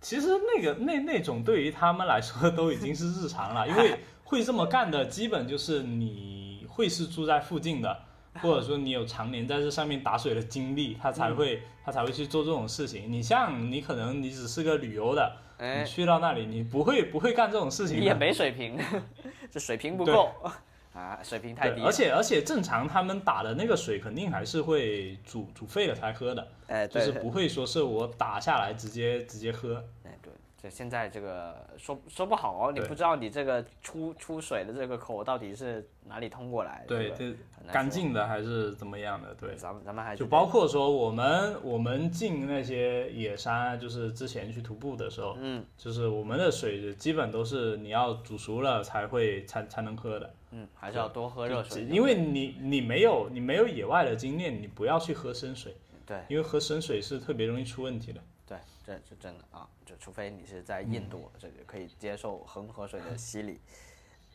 Speaker 2: 其实那个那那种对于他们来说都已经是日 常了，因为会这么干的，基本就是你会是住在附近的，或者说你有常年在这上面打水的经历，他才会、
Speaker 1: 嗯
Speaker 2: 他才会去做这种事情。你像你可能你只是个旅游的，
Speaker 1: 哎
Speaker 2: 你去到那里你不会不会干这种事情
Speaker 1: 你
Speaker 2: 的，
Speaker 1: 也没水平， 这水平不够 啊，水平太
Speaker 2: 对
Speaker 1: 低。
Speaker 2: 而，且而且正常他们打的那个水肯定还是会煮煮沸了才喝的，
Speaker 1: 哎，
Speaker 2: 就
Speaker 1: 对
Speaker 2: 是
Speaker 1: 对
Speaker 2: 不会说是我打下来直接直接喝。
Speaker 1: 哎对，这现在这个说说不好，你
Speaker 2: 对
Speaker 1: 不知道你这个出出水的这个口到底是哪里通过来的，
Speaker 2: 对，
Speaker 1: 这个
Speaker 2: 这
Speaker 1: 很难
Speaker 2: 干
Speaker 1: 说。
Speaker 2: 净的还是怎么样的？对，
Speaker 1: 咱们咱们还是
Speaker 2: 就
Speaker 1: 得
Speaker 2: 包括说我们我们进那些野山，就是之前去徒步的时候，
Speaker 1: 嗯，
Speaker 2: 就是我们的水基本都是你要煮熟了才会才才能喝的，
Speaker 1: 嗯，还是要多喝热水，
Speaker 2: 因为你你没有你没有野外的经验，你不要去喝生水，
Speaker 1: 对
Speaker 2: 因为喝生水是特别容易出问题的。
Speaker 1: 对，这是真的啊，就除非你是在印度，
Speaker 2: 嗯
Speaker 1: 这就可以接受恒河水的洗礼。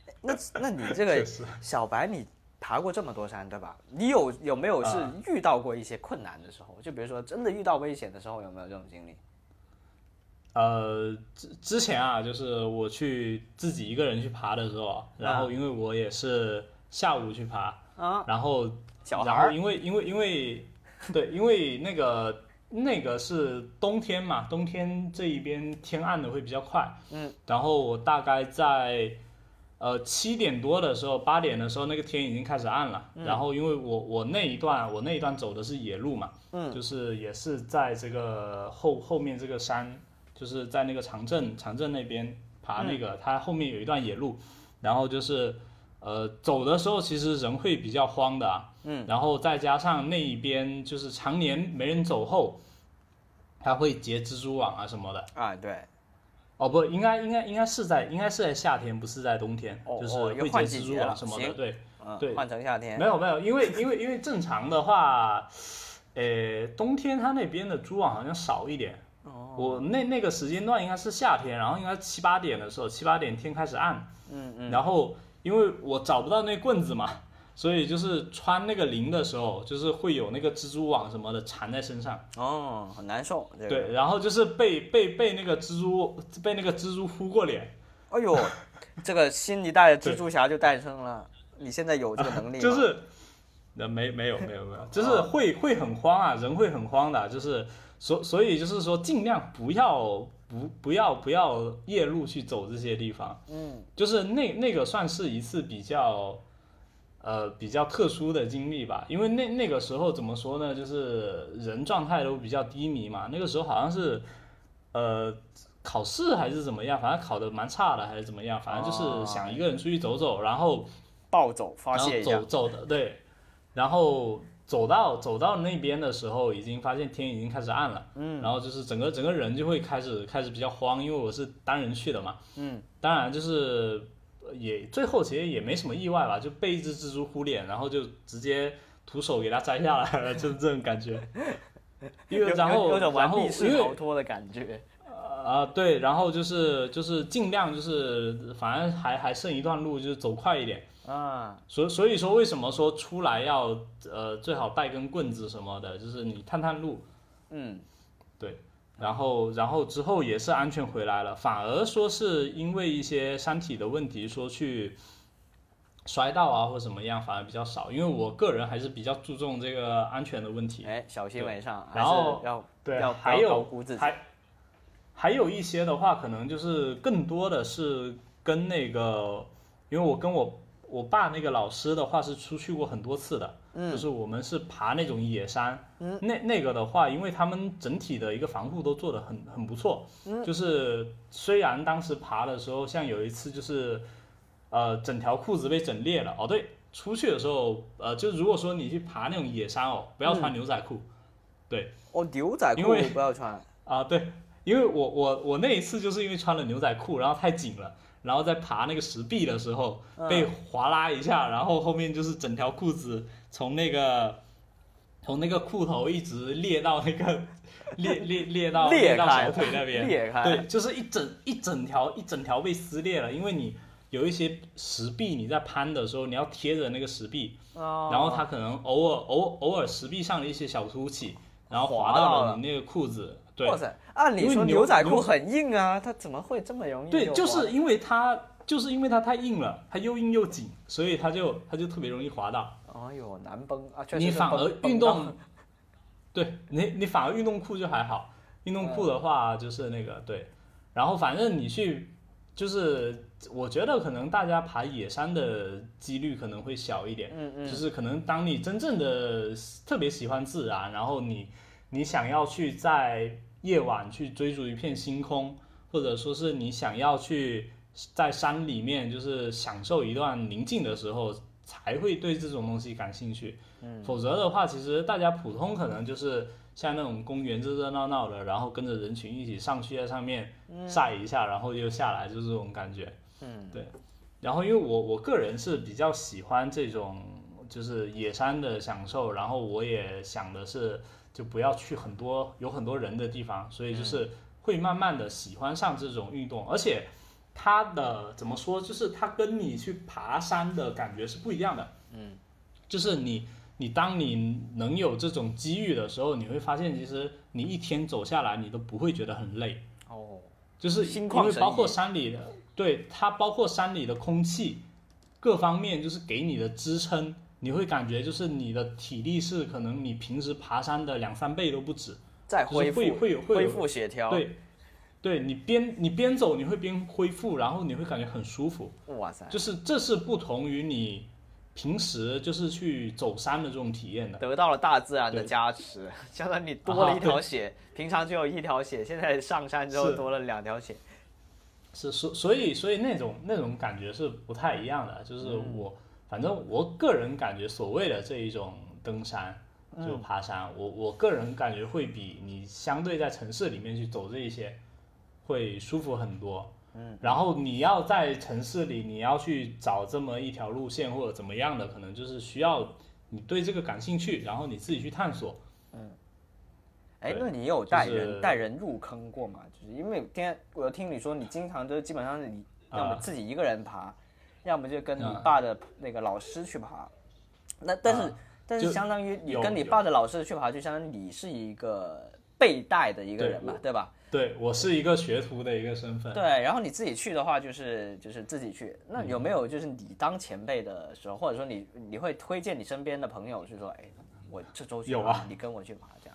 Speaker 1: 哎那那你这个小白，你爬过这么多山，对吧？你有有没有是
Speaker 2: 啊
Speaker 1: 遇到过一些困难的时候？就比如说真的遇到危险的时候，有没有这种经历？
Speaker 2: 呃，之之前啊，就是我去自己一个人去爬的时候，啊然后因为我也是下午去爬，
Speaker 1: 啊，
Speaker 2: 然后
Speaker 1: 小孩
Speaker 2: 然后
Speaker 1: 儿
Speaker 2: 因为因为因为对，因为那个那个是冬天嘛，冬天这一边天暗的会比较快。
Speaker 1: 嗯，
Speaker 2: 然后我大概在呃七点多的时候，八点的时候，那个天已经开始暗了。
Speaker 1: 嗯
Speaker 2: 然后因为我我那一段我那一段走的是野路嘛，
Speaker 1: 嗯
Speaker 2: 就是也是在这个后后面这个山，就是在那个长镇长镇那边
Speaker 1: 嗯
Speaker 2: 爬那个，它后面有一段野路，然后就是。呃，走的时候其实人会比较慌的、啊，
Speaker 1: 嗯，
Speaker 2: 然后再加上那一边就是常年没人走后，它会结蜘蛛网啊什么的。
Speaker 1: 啊，对，
Speaker 2: 哦不，应该应该应该是在应该是在夏天，不是在冬天，
Speaker 1: 哦
Speaker 2: 就是
Speaker 1: 哦又
Speaker 2: 会
Speaker 1: 换
Speaker 2: 结
Speaker 1: 季
Speaker 2: 蜘蛛
Speaker 1: 节了
Speaker 2: 网什么的，
Speaker 1: 行
Speaker 2: 对，
Speaker 1: 嗯，
Speaker 2: 对
Speaker 1: 换成夏天
Speaker 2: 没有没有，因为 因为因为正常的话，呃，冬天它那边的蛛网好像少一点。我那那个时间段应该是夏天，然后应该七八点的时候，七八点天开始暗。嗯嗯。然后因为我找不到那棍子嘛， 所以就是穿那个铃的时候，就是会有那个蜘蛛网什么的缠在身上。
Speaker 1: 哦，很难受。这个、
Speaker 2: 对，，然后就是被被被那个蜘蛛被那个蜘蛛呼过脸，
Speaker 1: 哎呦，这个新一代的蜘蛛侠就诞生了。你现在有这个能力吗？
Speaker 2: 啊就是，那没没有没有没有，就是会会很慌啊，人会很慌的，就是所所以就是说尽量不要不不要不要夜路去走这些地方，
Speaker 1: 嗯，
Speaker 2: 就是那那个算是一次比较。呃，比较特殊的经历吧，因为那那个时候怎么说呢，就是人状态都比较低迷嘛。那个时候好像是，呃，考试还是怎么样，反正考的蛮差的，还是怎么样，反正就是想一个人出去走走，然后
Speaker 1: 暴走发
Speaker 2: 然后
Speaker 1: 泄一下
Speaker 2: 走。走的对，然后走到走到那边的时候，已经发现天已经开始暗了，嗯，然后就是整个整个人就会开始开始比较慌，因为我是单人去的嘛，
Speaker 1: 嗯，
Speaker 2: 当然就是呃也最后其实也没什么意外吧，就被一只蜘蛛呼脸，然后就直接徒手给它摘下来了，就是这种感觉。因
Speaker 1: 有
Speaker 2: 为然
Speaker 1: 有
Speaker 2: 后
Speaker 1: 有种
Speaker 2: 然
Speaker 1: 玩
Speaker 2: 后
Speaker 1: 密
Speaker 2: 因
Speaker 1: 室
Speaker 2: 为
Speaker 1: 逃脱的感觉。
Speaker 2: 啊，对，然后就是就是尽量就是反正还还剩一段路，就是走快一点。
Speaker 1: 啊，
Speaker 2: 所所以说，为什么说出来要呃最好带根棍子什么的，就是你探探路，
Speaker 1: 嗯，
Speaker 2: 然后然后之后也是安全回来了，反而说是因为一些身体的问题，说去摔到啊或怎么样，反而比较少。因为我个人还是比较注重这个安全的问题。
Speaker 1: 哎，小心为上，还
Speaker 2: 然
Speaker 1: 是
Speaker 2: 后
Speaker 1: 要
Speaker 2: 对，
Speaker 1: 要
Speaker 2: 还
Speaker 1: 不要高
Speaker 2: 有
Speaker 1: 估自己
Speaker 2: 还还有一些的话，可能就是更多的是跟那个，因为我跟我我爸那个老师的话是出去过很多次的，
Speaker 1: 嗯
Speaker 2: 就是我们是爬那种野山，那那个的话，因为他们整体的一个防护都做得很很不错，
Speaker 1: 嗯
Speaker 2: 就是虽然当时爬的时候，像有一次就是，呃，整条裤子被整裂了，哦对。出去的时候，呃，就如果说你去爬那种野山哦，不要穿
Speaker 1: 嗯
Speaker 2: 牛仔裤，
Speaker 1: 哦，牛仔
Speaker 2: 因
Speaker 1: 裤
Speaker 2: 为
Speaker 1: 不要穿。
Speaker 2: 啊，对，因为我我我那一次就是因为穿了牛仔裤，然后太紧了，然后在爬那个石壁的时候
Speaker 1: 嗯
Speaker 2: 被划拉一下，然后后面就是整条裤子从那个从那个裤头一直裂到那个裂裂裂到
Speaker 1: 裂
Speaker 2: 到
Speaker 1: 开
Speaker 2: 小腿那边，
Speaker 1: 裂开
Speaker 2: 对，就是一整一整条一整条被撕裂了，因为你有一些石壁你在攀的时候你要贴着那个石壁，
Speaker 1: 哦
Speaker 2: 然后它可能偶尔偶偶尔石壁上的一些小凸起，然后
Speaker 1: 滑
Speaker 2: 滑到
Speaker 1: 到
Speaker 2: 了
Speaker 1: 了
Speaker 2: 你那个裤子。对，
Speaker 1: 哇塞，按理
Speaker 2: 因为
Speaker 1: 说
Speaker 2: 牛
Speaker 1: 牛仔
Speaker 2: 牛
Speaker 1: 裤很硬啊，它怎么会这么容易？
Speaker 2: 对，就是。因为它就是因为它太硬了，它又硬又紧，所以它就它就特别容易滑倒。
Speaker 1: 哎呦，难崩啊！确实
Speaker 2: 你
Speaker 1: 是
Speaker 2: 反
Speaker 1: 崩
Speaker 2: 而
Speaker 1: 崩
Speaker 2: 运
Speaker 1: 到
Speaker 2: 动，对你你反而运动裤就还好，运动
Speaker 1: 嗯
Speaker 2: 裤的话就是那个对，然后反正你去就是我觉得可能大家爬野山的几率可能会小一点，
Speaker 1: 嗯嗯
Speaker 2: 就是可能当你真正的特别喜欢自然，然后你你想要去在夜晚去追逐一片星空，或者说是你想要去在山里面就是享受一段宁静的时候，才会对这种东西感兴趣。嗯，否则的话，其实大家普通可能就是像那种公园热热闹闹的，然后跟着人群一起上去在上面晒一下，然后又下来，就是这种感觉。嗯，对。然后因为我我个人是比较喜欢这种就是野山的享受，然后我也想的是就不要去很多有很多人的地方，所以就是会慢慢的喜欢上这种运动，而且它的怎么说，就是它跟你去爬山的感觉是不一样的，嗯，就是你。你当你能有这种机遇的时候，你会发现，其实你一天走下来，你都不会觉得很累。
Speaker 1: 哦，
Speaker 2: 就是
Speaker 1: 心
Speaker 2: 因
Speaker 1: 旷
Speaker 2: 为
Speaker 1: 神
Speaker 2: 包括
Speaker 1: 怡
Speaker 2: 山里的，对它包括山里的空气，各方面就是给你的支撑，你会感觉就是你的体力是可能你平时爬山的两三倍都不止。
Speaker 1: 再
Speaker 2: 就是
Speaker 1: 恢复
Speaker 2: 会会有会有
Speaker 1: 恢复协调。，
Speaker 2: 对，对你边你边走你会边恢复，然后你会感觉很舒服，
Speaker 1: 哇塞，
Speaker 2: 就是这是不同于你平时就是去走山的这种体验的。
Speaker 1: 得到了大自然的
Speaker 2: 对
Speaker 1: 加持，相当于你多了
Speaker 2: 啊
Speaker 1: 一条血，平常只有一条血，现在上山之后
Speaker 2: 是
Speaker 1: 多了两条血。
Speaker 2: 是所所以所以那种那种感觉是不太一样的，就是我、反正我个人感觉所谓的这一种登山就爬山，我我个人感觉会比你相对在城市里面去走这一些会舒服很多。嗯，然后你要在城市里，你要去找这么一条路线或者怎么样的，可能就是需要你对这个感兴趣，然后你自己去探索。
Speaker 1: 哎，
Speaker 2: 对
Speaker 1: 那你有带
Speaker 2: 就
Speaker 1: 人、
Speaker 2: 是
Speaker 1: 带人入坑过吗？就是因为天，我听你说你经常都基本上是你要么
Speaker 2: 啊
Speaker 1: 自己一个人爬，要么就跟你
Speaker 2: 啊
Speaker 1: 爸的那个老师去爬。那但是、
Speaker 2: 啊
Speaker 1: 但是
Speaker 2: 就
Speaker 1: 相当于你
Speaker 2: 有
Speaker 1: 跟你
Speaker 2: 有
Speaker 1: 爸的老师去爬，就相当于你是一个被带的一个
Speaker 2: 对
Speaker 1: 人嘛，
Speaker 2: 我嗯
Speaker 1: 对吧？
Speaker 2: 对我是一个学徒的一个身份。
Speaker 1: 对，然后你自己去的话，就是就是自己去。那
Speaker 2: 嗯
Speaker 1: 有没有就是你当前辈的时候，或者说你你会推荐你身边的朋友去说，哎，我这周去
Speaker 2: 有
Speaker 1: 爬
Speaker 2: 啊
Speaker 1: 你跟我去爬这样？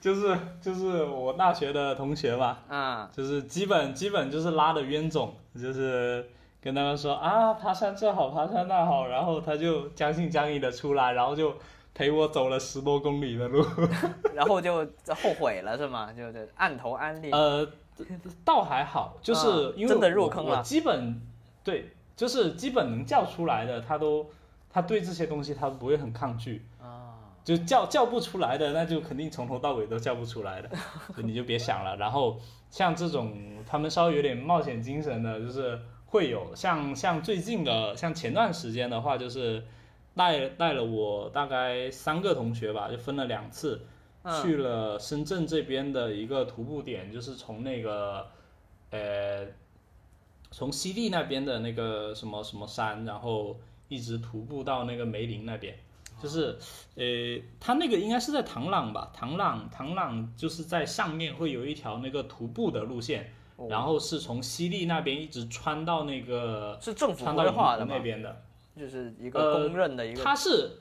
Speaker 2: 就是就是我大学的同学嘛，
Speaker 1: 啊、
Speaker 2: 就是基本基本就是拉的冤种，就是跟他们说啊，爬山这好，爬山那好，然后他就将信将疑的出来，然后就陪我走了十多公里的路。
Speaker 1: 然后就后悔了是吗？就是按头安利。
Speaker 2: 呃，倒还好，就是
Speaker 1: 啊
Speaker 2: 因为
Speaker 1: 真的
Speaker 2: 我
Speaker 1: 入坑
Speaker 2: 我
Speaker 1: 了
Speaker 2: 基本对，就是基本能叫出来的，他都他对这些东西他不会很抗拒啊。就叫叫不出来的，那就肯定从头到尾都叫不出 来的，所以你就别想了。然后像这种他们稍微有点冒险精神的，就是会有像像最近的，像前段时间的话，就是带带了我大概三个同学吧，就分了两次，去
Speaker 1: 嗯
Speaker 2: 了深圳这边的一个徒步点，就是从那个呃，从西递那边的那个什么什么山，然后一直徒步到那个梅林那边。
Speaker 1: 哦
Speaker 2: 就是，呃，它那个应该是在唐朗吧？唐朗，唐朗就是在上面会有一条那个徒步的路线，
Speaker 1: 哦
Speaker 2: 然后是从西递那边一直穿到那个
Speaker 1: 是政府
Speaker 2: 穿到
Speaker 1: 规
Speaker 2: 银
Speaker 1: 划
Speaker 2: 湖
Speaker 1: 的嘛
Speaker 2: 那，边的。
Speaker 1: 就是一个公认的一个。
Speaker 2: 它是，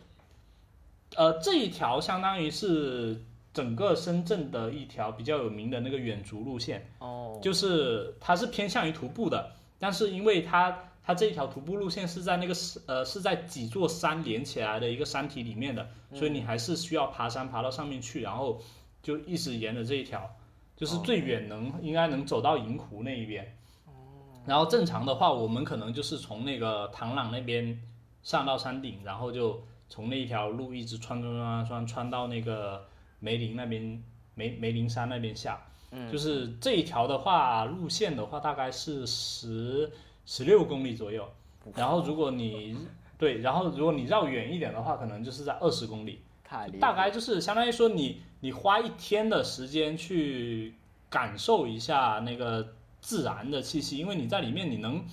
Speaker 2: 呃，这一条相当于是整个深圳的一条比较有名的那个远足路线，
Speaker 1: 哦，
Speaker 2: 就是它是偏向于徒步的，但是因为它它这一条徒步路线是在那个是呃是在几座山连起来的一个山体里面的，所以你还是需要爬山爬到上面去，然后就一直沿着这一条，就是最远能、应该能走到银湖那一边。然后正常的话，我们可能就是从那个唐朗那边上到山顶，然后就从那一条路一直穿穿穿穿穿到那个梅林那边梅梅林山那边下。嗯，就是这一条的话，路线的话大概是十十六公里左右。然后如果你对，然后如果你绕远一点的话，可能就是在二十公里。
Speaker 1: 太厉害
Speaker 2: 大概就是相当于说你你花一天的时间去感受一下那个自然的气息，因为你在里面你能。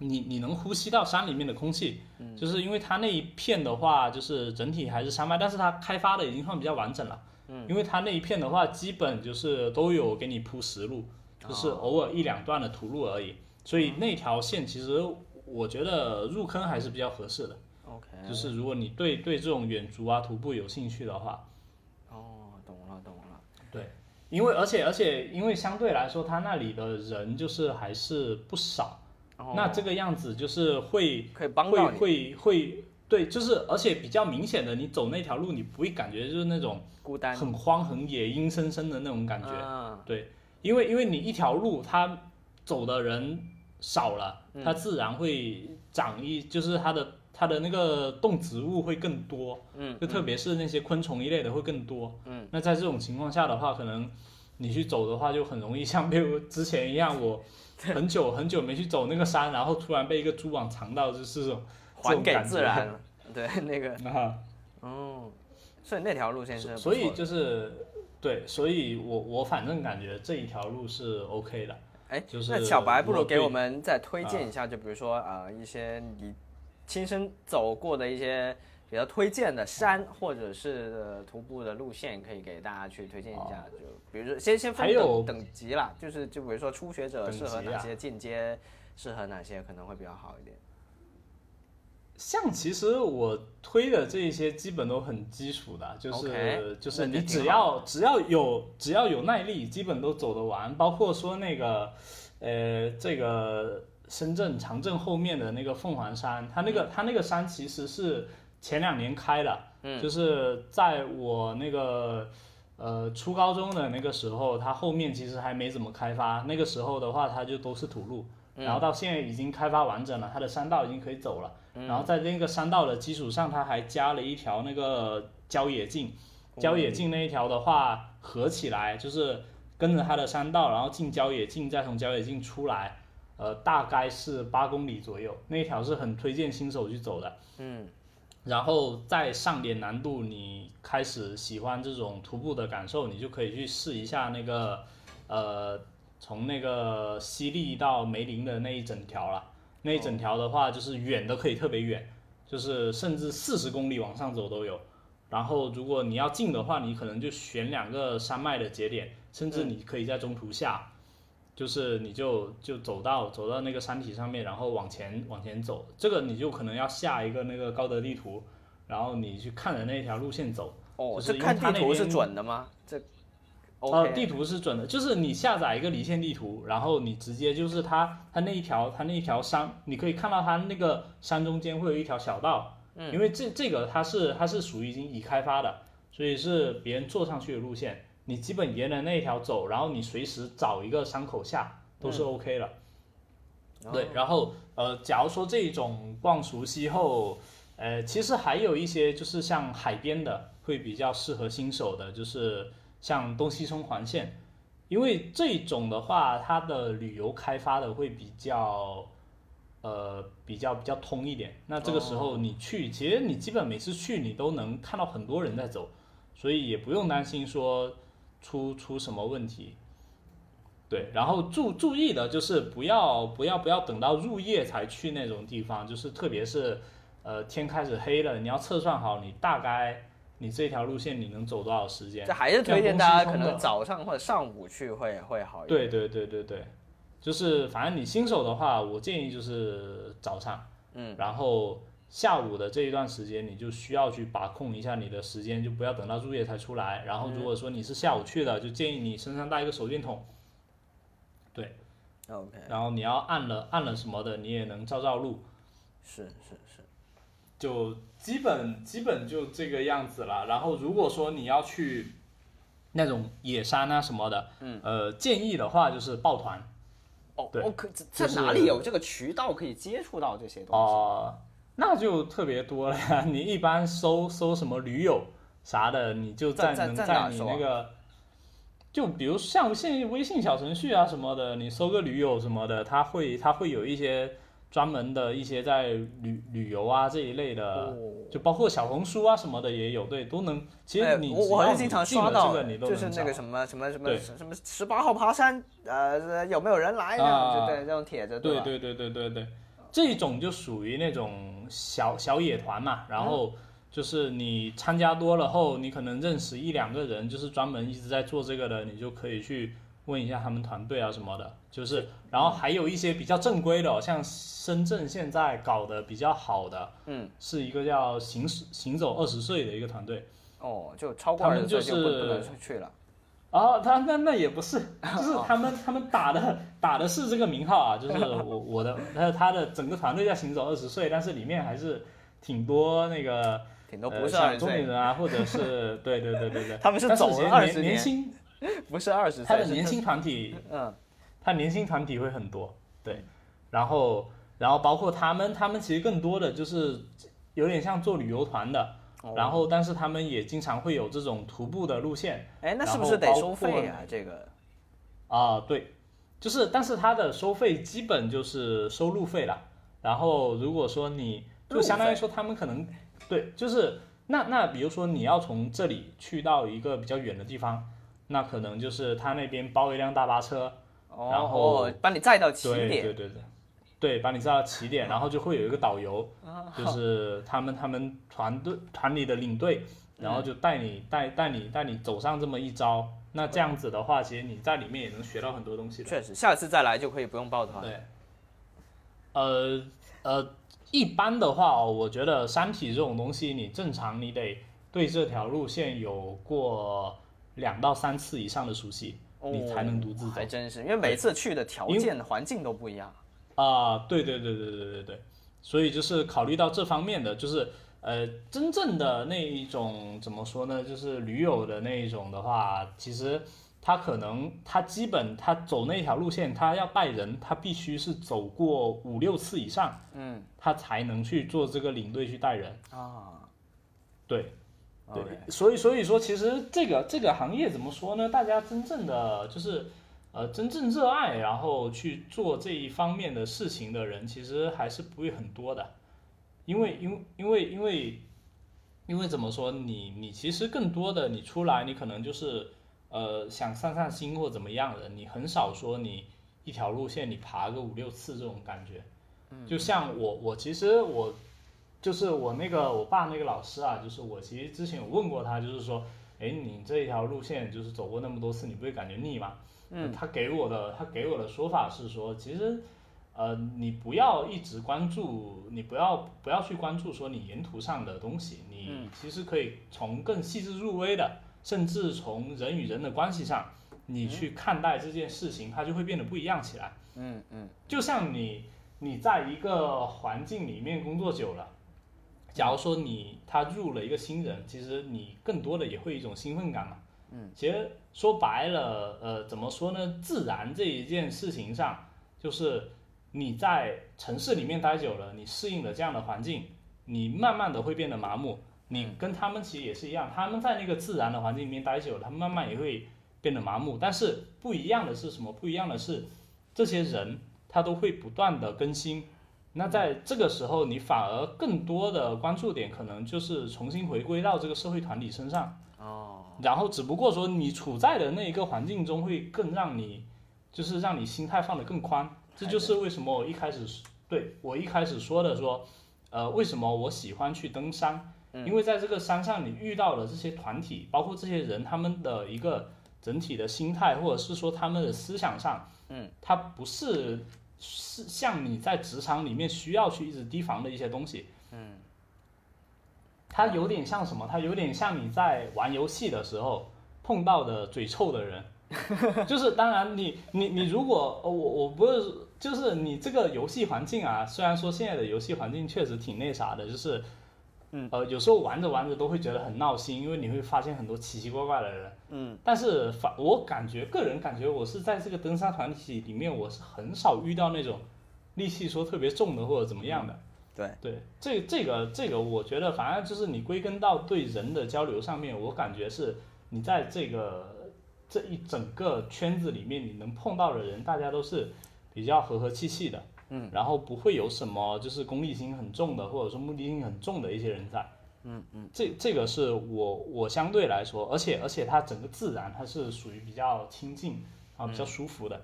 Speaker 2: 你你能呼吸到山里面的空气，就是因为它那一片的话，就是整体还是山脉，但是它开发的已经算比较完整了。因为它那一片的话，基本就是都有给你铺实路，就是偶尔一两段的土路而已。所以那条线其实我觉得入坑还是比较合适的。
Speaker 1: OK，
Speaker 2: 就是如果你对对这种远足啊、徒步有兴趣的话，
Speaker 1: 哦，懂了懂了。
Speaker 2: 对，因为而且而且因为相对来说，它那里的人就是还是不少，
Speaker 1: 哦
Speaker 2: 那这个样子就是会
Speaker 1: 可以帮
Speaker 2: 会
Speaker 1: 到你
Speaker 2: 会会对，就是而且比较明显的，你走那条路，你不会感觉就是那种
Speaker 1: 孤单
Speaker 2: 很荒很野、阴森森的那种感觉，
Speaker 1: 啊，
Speaker 2: 对，因为因为你一条路它走的人少了，
Speaker 1: 嗯
Speaker 2: 它自然会长一，就是它的它的那个动植物会更多，
Speaker 1: 嗯，
Speaker 2: 就特别是那些昆虫一类的会更多，嗯，那在这种情况下的话，可能你去走的话就很容易 像被我之前一样，我很久很久没去走那个山，然后突然被一个蛛网缠到，就是这种这
Speaker 1: 还
Speaker 2: 种
Speaker 1: 给
Speaker 2: 感
Speaker 1: 自
Speaker 2: 觉
Speaker 1: 然了。对，那个，
Speaker 2: 啊。
Speaker 1: 哦，所以那条路线是不
Speaker 2: 所以
Speaker 1: 错的
Speaker 2: 就是对，所以我我反正感觉这一条路是 OK 的。
Speaker 1: 哎，
Speaker 2: 就是
Speaker 1: 那小白不如
Speaker 2: 我
Speaker 1: 给
Speaker 2: 对
Speaker 1: 我们再推荐一下，就比如说啊、呃一些你亲身走过的一些比较推荐的山，或者是、呃徒步的路线，可以给大家去推荐一下。就比如说先先分
Speaker 2: 哦还有
Speaker 1: 等等级啦，就是就比如说初学者
Speaker 2: 等级
Speaker 1: 适
Speaker 2: 啊
Speaker 1: 合哪些，进阶适合哪些可能会比较好一点。
Speaker 2: 像其实我推的这一些基本都很基础的，就是
Speaker 1: OK，
Speaker 2: 就是
Speaker 1: 那就挺
Speaker 2: 你
Speaker 1: 好
Speaker 2: 只要只要有只要有耐力，基本都走得完。包括说那个呃这个深圳长镇后面的那个凤凰山，它那
Speaker 1: 嗯
Speaker 2: 个、它那个山其实是前两年开的，嗯、就是在我那个。呃，初高中的那个时候，它后面其实还没怎么开发。那个时候的话，它就都是土路，
Speaker 1: 嗯
Speaker 2: 然后到现在已经开发完整了，它的山道已经可以走了。然后在那个山道的基础上，它还加了一条那个郊野径。郊野径那一条的话，合起来就是跟着它的山道，然后进郊野径，再从郊野径出来，呃，大概是八公里左右，那一条是很推荐新手去走的。
Speaker 1: 嗯，
Speaker 2: 然后再上点难度，你开始喜欢这种徒步的感受，你就可以去试一下那个，呃，从那个西丽到梅林的那一整条了。那一整条的话，就是远的可以特别远，就是甚至四十公里往上走都有。然后如果你要近的话，你可能就选两个山脉的节点，甚至你可以在中途下，就是你就就走到走到那个山体上面，然后往前往前走。这个你就可能要下一个那个高德地图，然后你去看着那条路线走。
Speaker 1: 哦，
Speaker 2: 就是
Speaker 1: 这
Speaker 2: 因为
Speaker 1: 看
Speaker 2: 它
Speaker 1: 地
Speaker 2: 那
Speaker 1: 图是
Speaker 2: 边
Speaker 1: 准的吗？这
Speaker 2: 呃，
Speaker 1: ，OK，
Speaker 2: 地图是准的，就是你下载一个离线地图，然后你直接就是它它那一条它那一条山，你可以看到它那个山中间会有一条小道，嗯，因为这这个它是它是属于已经已开发的，所以是别人做上去的路线，你基本沿着那一条走，然后你随时找一个山口下都是 OK 了。
Speaker 1: 哦
Speaker 2: 对，然后呃，假如说这种逛熟悉后，呃，其实还有一些就是像海边的会比较适合新手的，就是像东西冲环线，因为这种的话，它的旅游开发的会比较。呃，比较比较通一点。那这个时候你去，其实你基本每次去你都能看到很多人在走，所以也不用担心说出出什么问题。对，然后注注意的就是不要不要不要等到入夜才去那种地方，就是特别是呃天开始黑了，你要测算好你大概你这条路线你能走多少时间
Speaker 1: 这。还是推
Speaker 2: 像
Speaker 1: 荐
Speaker 2: 东
Speaker 1: 大家
Speaker 2: 西
Speaker 1: 可
Speaker 2: 冲的
Speaker 1: 能早上或者上午去会会好一点。
Speaker 2: 对对对对对，就是反正你新手的话，我建议就是早上，
Speaker 1: 嗯，
Speaker 2: 然后下午的这一段时间，你就需要去把控一下你的时间，就不要等到入夜才出来。然
Speaker 1: 嗯
Speaker 2: 后如果说你是下午去的，就建议你身上带一个手电筒，
Speaker 1: 对，OK，
Speaker 2: 然后你要按了按了什么的，你也能照照路。
Speaker 1: 是是是，
Speaker 2: 就基本基本就这个样子了。然后如果说你要去那种野山啊什么的，嗯，呃，建议的话就是抱团
Speaker 1: 哦
Speaker 2: 对
Speaker 1: ，OK，
Speaker 2: 就
Speaker 1: 这
Speaker 2: 是
Speaker 1: 这哪里有这个渠道可以接触到这些东西？
Speaker 2: 哦、那就特别多了呀。 你一般搜搜什么驴友啥的，你就在
Speaker 1: 在
Speaker 2: 能
Speaker 1: 在在哪
Speaker 2: 你
Speaker 1: 搜啊
Speaker 2: 那个。就比如像现在微信小程序啊什么的，你搜个驴友什么的，它会它会有一些专门的一些在旅旅游啊这一类
Speaker 1: 哦
Speaker 2: 的，就包括小红书啊什么的也有，对，都能。其
Speaker 1: 哎
Speaker 2: 实你
Speaker 1: 我我
Speaker 2: 只
Speaker 1: 好
Speaker 2: 要
Speaker 1: 像
Speaker 2: 你
Speaker 1: 经常
Speaker 2: 进了
Speaker 1: 刷到哎
Speaker 2: 这个，你都
Speaker 1: 就
Speaker 2: 能
Speaker 1: 是那个
Speaker 2: 找
Speaker 1: 什么什么什么
Speaker 2: 对
Speaker 1: 什么十八号爬山，呃，有没有人来？这样
Speaker 2: 啊
Speaker 1: 就对这种帖子，
Speaker 2: 对
Speaker 1: 吧？
Speaker 2: 对对对对对，这种就属于那种小小野团嘛，然后就是你参加多了后，你可能认识一两个人，就是专门一直在做这个的，你就可以去问一下他们团队啊什么的，就是，然后还有一些比较正规的哦、像深圳现在搞的比较好的，
Speaker 1: 嗯，
Speaker 2: 是一个叫行驶行走二十岁的一个团队。
Speaker 1: 哦，就超过
Speaker 2: 他
Speaker 1: 二
Speaker 2: 们
Speaker 1: 十岁就
Speaker 2: 就
Speaker 1: 不不
Speaker 2: 是
Speaker 1: 能出去了。
Speaker 2: 哦，他那那也不是，就是
Speaker 1: 哦
Speaker 2: 他们他们打的打的是这个名号啊，就是 我我的他他的整个团队叫行走二十岁，但是里面还是挺多那个
Speaker 1: 挺多
Speaker 2: 呃
Speaker 1: 不是二
Speaker 2: 像
Speaker 1: 十
Speaker 2: 中年
Speaker 1: 岁，
Speaker 2: 人啊，或者是对对对对对，
Speaker 1: 他们是
Speaker 2: 但
Speaker 1: 走了
Speaker 2: 其实
Speaker 1: 20
Speaker 2: 年
Speaker 1: 年
Speaker 2: 年轻，
Speaker 1: 不是二十岁，
Speaker 2: 他的
Speaker 1: 是
Speaker 2: 年
Speaker 1: 特
Speaker 2: 轻团体
Speaker 1: 嗯，
Speaker 2: 他年轻团体会很多，对，然后然后包括他们，他们其实更多的就是有点像做旅游团的，
Speaker 1: 哦
Speaker 2: 然后但是他们也经常会有这种徒步的路线
Speaker 1: 哎，那是不
Speaker 2: 然后
Speaker 1: 是得
Speaker 2: 包
Speaker 1: 收费
Speaker 2: 括
Speaker 1: 啊？这个
Speaker 2: 啊，对，就是但是它的收费基本就是收路费了，然后如果说你就相当于说他们可能对，就是那那比如说你要从这里去到一个比较远的地方，那可能就是他那边包一辆大巴车。
Speaker 1: 哦，
Speaker 2: 然后
Speaker 1: 哦把你载到起
Speaker 2: 对对
Speaker 1: 点，
Speaker 2: 对对，对，把你载到起点，然后就会有一个导游，
Speaker 1: 啊
Speaker 2: 就是他们他们团队团里的领队，
Speaker 1: 嗯
Speaker 2: 然后就带你带带你带你走上这么一招。那这样子的话，其实你在里面也能学到很多东西的。
Speaker 1: 确实，下次再来就可以不用抱团。
Speaker 2: 对，呃呃，一般的话、哦，我觉得山体这种东西，你正常你得对这条路线有过两到三次以上的熟悉，你才能独自走
Speaker 1: 哦还。真是，因为每次去的条件、环境都不一样。
Speaker 2: 啊，对对对对对对对，所以就是考虑到这方面的，就是呃，真正的那一种怎么说呢，就是驴友的那一种的话，其实他可能他基本他走那条路线，他要带人，他必须是走过五六次以上，
Speaker 1: 嗯
Speaker 2: 他才能去做这个领队去带人。
Speaker 1: 啊，
Speaker 2: 对，对
Speaker 1: OK，
Speaker 2: 所以所以说，其实这个这个行业怎么说呢？大家真正的就是呃，真正热爱然后去做这一方面的事情的人，其实还是不会很多的，因为因为因为因为因为怎么说，你你其实更多的你出来，你可能就是呃想散散心或怎么样的，你很少说你一条路线你爬个五六次这种感觉。就像我我其实我就是我那个我爸那个老师啊，就是我其实之前有问过他，就是说，哎，你这一条路线就是走过那么多次，你不会感觉腻吗？嗯，他给我的他给我的说法是说，其实，呃，你不要一直关注，你不要不要去关注说你沿途上的东西，你其实可以从更细致入微的，甚至从人与人的关系上，你去看待这件事情，它就会变得不一样起来。
Speaker 1: 嗯嗯
Speaker 2: 就像你你在一个环境里面工作久了，假如说你他入了一个新人，其实你更多的也会有一种兴奋感嘛。嗯，其实说白了，呃，怎么说呢？自然这一件事情上，就是你在城市里面待久了，你适应了这样的环境，你慢慢的会变得麻木。你跟他们其实也是一样，他们在那个自然的环境里面待久了，他们慢慢也会变得麻木。但是不一样的是什么？不一样的是，这些人他都会不断的更新。那在这个时候，你反而更多的关注点可能就是重新回归到这个社会团体身上。哦。然后只不过说你处在的那一个环境中，会更让你，就是让你心态放得更宽。这就是为什么我一开始对我一开始说的说，呃，为什么我喜欢去登山？因为在这个山上，你遇到了这些团体，包括这些人，他们的一个整体的心态，或者是说他们的思想上，它不是是像你在职场里面需要去一直提防的一些东西。嗯，它有点像什么？它有点像你在玩游戏的时候碰到的嘴臭的 人。就是当然你，你你如果呃我我不是，就是你这个游戏环境啊，虽然说现在的游戏环境确实挺那啥的，就是，嗯呃，有时候玩着玩着都会觉得很闹心，因为你会发现很多奇奇怪怪的人，但是反我感觉个人感觉我是在这个登山团体里面，我是很少遇到那种戾气说特别重的或者怎么样的。
Speaker 1: 对
Speaker 2: 对，这这个这个，我觉得反正就是你归根到对人的交流上面，我感觉是你在这个这一整个圈子里面，你能碰到的人，大家都是比较和和气气的，嗯，然后不会有什么就是功利心很重的，或者说目的性很重的一些人在。这这个是我我相对来说，而且而且它整个自然它是属于比较亲近啊，比较舒服的，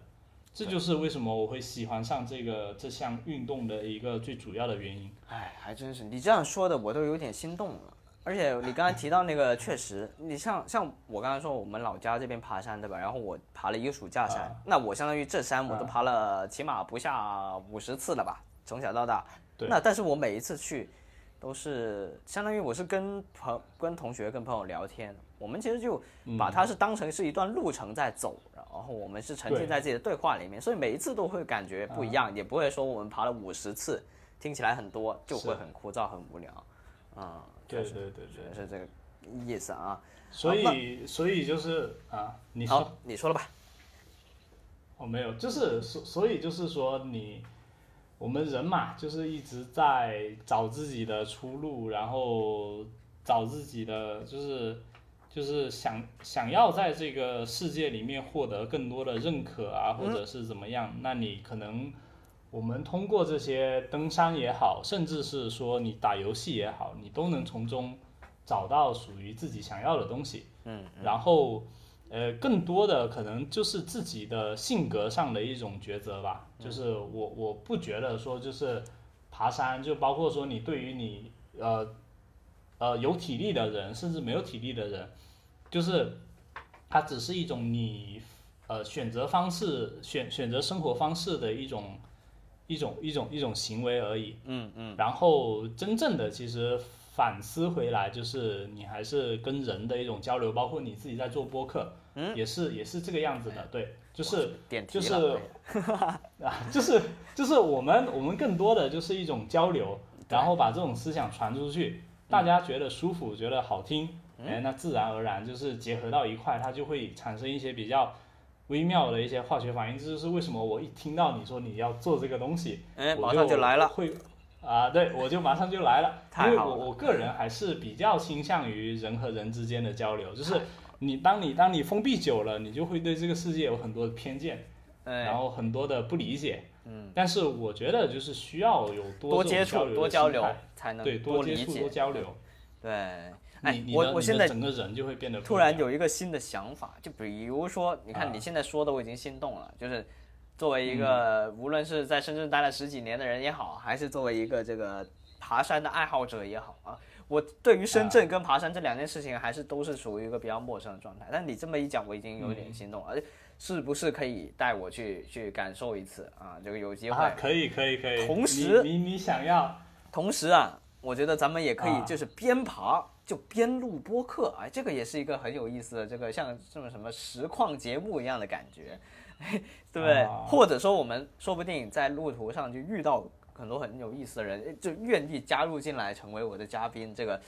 Speaker 2: 这就是为什么我会喜欢上这个这项运动的一个最主要的原因。
Speaker 1: 哎，还真是，你这样说的我都有点心动了。而且你刚才提到那个，确实，你像像我刚才说，我们老家这边爬山对吧？然后我爬了一个暑假山，那我相当于这山我都爬了起码不下五十次了吧，从小到大。
Speaker 2: 对
Speaker 1: 那但是我每一次去，都是相当于我是跟朋跟同学跟朋友聊天，我们其实就把它是当成是一段路程在走，然后我们是沉浸
Speaker 2: 嗯对啊
Speaker 1: 在自己的对话里面，所以每一次都会感觉不一样，也不会说我们爬了五十次。听起来很多，就会很枯燥、很无聊。啊、
Speaker 2: 对对对
Speaker 1: 确
Speaker 2: 对，
Speaker 1: 实是这个意思啊。
Speaker 2: 所以所以就是啊，你说
Speaker 1: 好，你说了吧。
Speaker 2: 哦，没有，就是所所以就是说你，我们人嘛，就是一直在找自己的出路，然后找自己的就是就是想想要在这个世界里面获得更多的认可啊，或者是怎么样，那你可能。我们通过这些登山也好，甚至是说你打游戏也好，你都能从中找到属于自己想要的东西。嗯，然后呃，更多的可能就是自己的性格上的一种抉择吧。就是我我不觉得说就是爬山，就包括说你对于你呃呃有体力的人，甚至没有体力的人，就是它只是一种你呃选择方式选选择生活方式的一种一种一种一种行为而已。嗯嗯。然后真正的其实反思回来，就是你还是跟人的一种交流，包括你自己在做播客，嗯，哎也是也是这个样子的，对，就是
Speaker 1: 点题
Speaker 2: 就
Speaker 1: 了
Speaker 2: 是啊，就是就是我们我们更多的就是一种交流，然后把这种思想传出去，大家觉得舒服，觉得好听，
Speaker 1: 嗯
Speaker 2: 哎，那自然而然就是结合到一块，它就会产生一些比较微妙的一些化学反应。这就是为什么我一听到你说你要做这个东西，
Speaker 1: 哎，
Speaker 2: 我
Speaker 1: 马上就来了。
Speaker 2: 会啊，对，我就马上就来了，
Speaker 1: 太
Speaker 2: 因为
Speaker 1: 好
Speaker 2: 我
Speaker 1: 了
Speaker 2: 我个人还是比较倾向于人和人之间的交流，就是你当你当你封闭久了，你就会对这个世界有很多的偏见，
Speaker 1: 哎
Speaker 2: 然后很多的不理解，嗯，但是我觉得就是需要有多
Speaker 1: 多
Speaker 2: 这种
Speaker 1: 接触、
Speaker 2: 流
Speaker 1: 多
Speaker 2: 的
Speaker 1: 交
Speaker 2: 心
Speaker 1: 流
Speaker 2: 态，
Speaker 1: 才能
Speaker 2: 对，多接
Speaker 1: 理
Speaker 2: 触、
Speaker 1: 解
Speaker 2: 多。交流，
Speaker 1: 对，
Speaker 2: 你
Speaker 1: 哎，
Speaker 2: 你的
Speaker 1: 我我
Speaker 2: 你
Speaker 1: 现
Speaker 2: 的
Speaker 1: 在
Speaker 2: 整个人就会变得不
Speaker 1: 突
Speaker 2: 一
Speaker 1: 然
Speaker 2: 样
Speaker 1: 有一个新的想法，就比如说，你看
Speaker 2: 啊嗯
Speaker 1: 你现在说的，我已经心动了。就是作为一个、无论是在深圳待了十几年的人也好，还是作为一个这个爬山的爱好者也好啊，我对于
Speaker 2: 啊
Speaker 1: 深圳跟爬山这两件事情还是都是属于一个比较陌生的状态。但你这么一讲，我已经有
Speaker 2: 嗯
Speaker 1: 点心动了。而且是不是可以带我去去感受一次啊？这个有机会。
Speaker 2: 啊，可以可以可以，
Speaker 1: 同
Speaker 2: 你
Speaker 1: 时
Speaker 2: 你你想要
Speaker 1: 同时啊，我觉得咱们也可以
Speaker 2: 啊
Speaker 1: 就是边爬就边录播客，哎，这个也是一个很有意思的，这个像这种什么实况节目一样的感觉， 对不对？
Speaker 2: 啊
Speaker 1: 或者说我们说不定在路途上就遇到很多很有意思的人，哎就愿意加入进来成为我的嘉宾，这个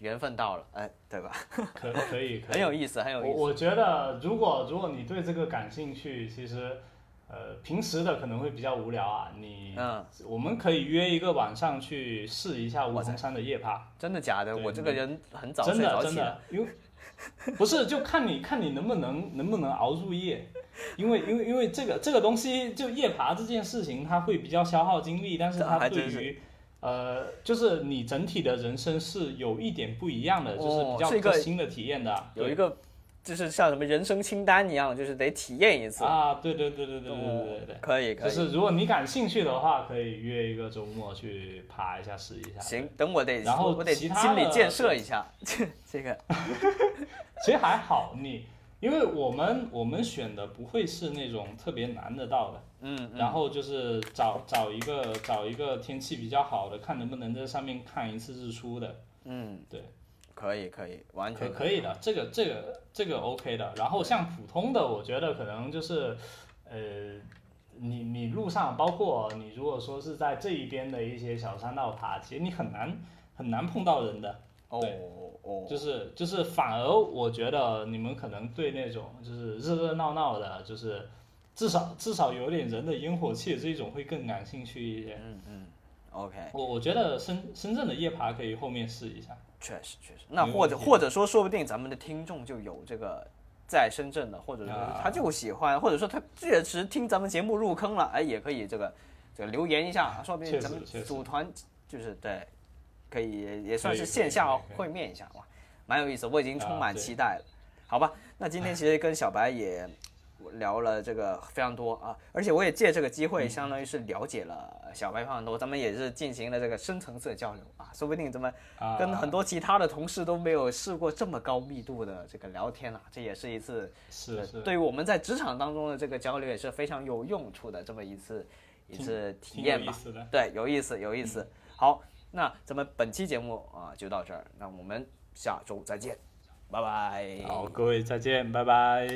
Speaker 1: 缘分到了，哎，对吧？
Speaker 2: 可可以可 以，
Speaker 1: 很有意思，很有
Speaker 2: 我
Speaker 1: 意思。
Speaker 2: 我觉得，如果如果你对这个感兴趣，其实，呃，平时的可能会比较无聊啊。你，
Speaker 1: 嗯，
Speaker 2: 我们可以约一个晚上去试一下梧桐山的夜趴，
Speaker 1: 真的假的？
Speaker 2: 对
Speaker 1: 我这个人很早
Speaker 2: 真
Speaker 1: 睡
Speaker 2: 的
Speaker 1: 早
Speaker 2: 真
Speaker 1: 起
Speaker 2: 的，因为不是就看你看你能不能能不能熬住夜，因为因为因为这个这个东西就夜爬这件事情，它会比较消耗精力，但是
Speaker 1: 这
Speaker 2: 它
Speaker 1: 还
Speaker 2: 对
Speaker 1: 真是
Speaker 2: 于。呃，就是你整体的人生是有一点不一样的，就是
Speaker 1: 哦
Speaker 2: 比较
Speaker 1: 是一
Speaker 2: 个
Speaker 1: 个
Speaker 2: 新的体验的，啊
Speaker 1: 有一
Speaker 2: 对
Speaker 1: 个就是像什么人生清单一样，就是得体验一次。嗯
Speaker 2: 啊，对对对对对对对对对，
Speaker 1: 可以可
Speaker 2: 就
Speaker 1: 以，
Speaker 2: 是如果你感兴趣的话，可以约一个周末去爬一下试一下。
Speaker 1: 行，，等我得，
Speaker 2: 然后
Speaker 1: 我得
Speaker 2: 其他
Speaker 1: 心理
Speaker 2: 的
Speaker 1: 建设一下这个
Speaker 2: 其实还好，你因为我们我们选的不会是那种特别难的道的，
Speaker 1: 嗯，
Speaker 2: 然后就是找找一个找一个天气比较好的，看能不能在上面看一次日出的，
Speaker 1: 嗯，
Speaker 2: 对，
Speaker 1: 可以可以，完
Speaker 2: 可
Speaker 1: 全
Speaker 2: 可以的，这个这个这个 OK 的。然后像普通的，我觉得可能就是，呃，你你路上包括你如果说是在这一边的一些小山道爬，其实你很难很难碰到人的。
Speaker 1: 哦
Speaker 2: 对
Speaker 1: 哦，
Speaker 2: 就是就是，反而我觉得你们可能对那种就是热热闹闹的，就是至少至少有点人的烟火气这种会更感兴趣一些。
Speaker 1: 嗯嗯，OK，
Speaker 2: 我我觉得深深圳的夜爬可以后面试一下。
Speaker 1: 确实确实，那
Speaker 2: 没
Speaker 1: 或者
Speaker 2: 问题
Speaker 1: 或者说，说不定咱们的听众就有这个在深圳的，或者说
Speaker 2: 啊
Speaker 1: 他就喜欢，或者说他确实听咱们节目入坑了，哎，也可以这个这个留言一下，说不定
Speaker 2: 啊确实
Speaker 1: 咱们
Speaker 2: 确实
Speaker 1: 组团就是对，可以也也算
Speaker 2: 可
Speaker 1: 是
Speaker 2: 以可以
Speaker 1: 线下
Speaker 2: 可以可
Speaker 1: 会面一下哇，蛮有意思，我已经充
Speaker 2: 啊
Speaker 1: 满
Speaker 2: 对
Speaker 1: 期待了，好
Speaker 2: 啊
Speaker 1: 吧？那今天其实跟小白也聊了这个非常多啊，而且我也借这个机会，相当于是了解了小白非常多，咱们也是进行了这个深层次的交流啊，说不定咱们
Speaker 2: 啊，
Speaker 1: 跟很多其他的同事都没有试过这么高密度的这个聊天啊，这也是一次
Speaker 2: 是是，
Speaker 1: 对于我们在职场当中的这个交流也是非常有用处的这么一次一次体
Speaker 2: 挺有
Speaker 1: 验
Speaker 2: 意
Speaker 1: 吧。
Speaker 2: 思的。嗯
Speaker 1: 对，有意思，有意思。好，那咱们本期节目啊就到这儿，那我们下周再见，拜拜。
Speaker 2: 好，各位再见，拜拜。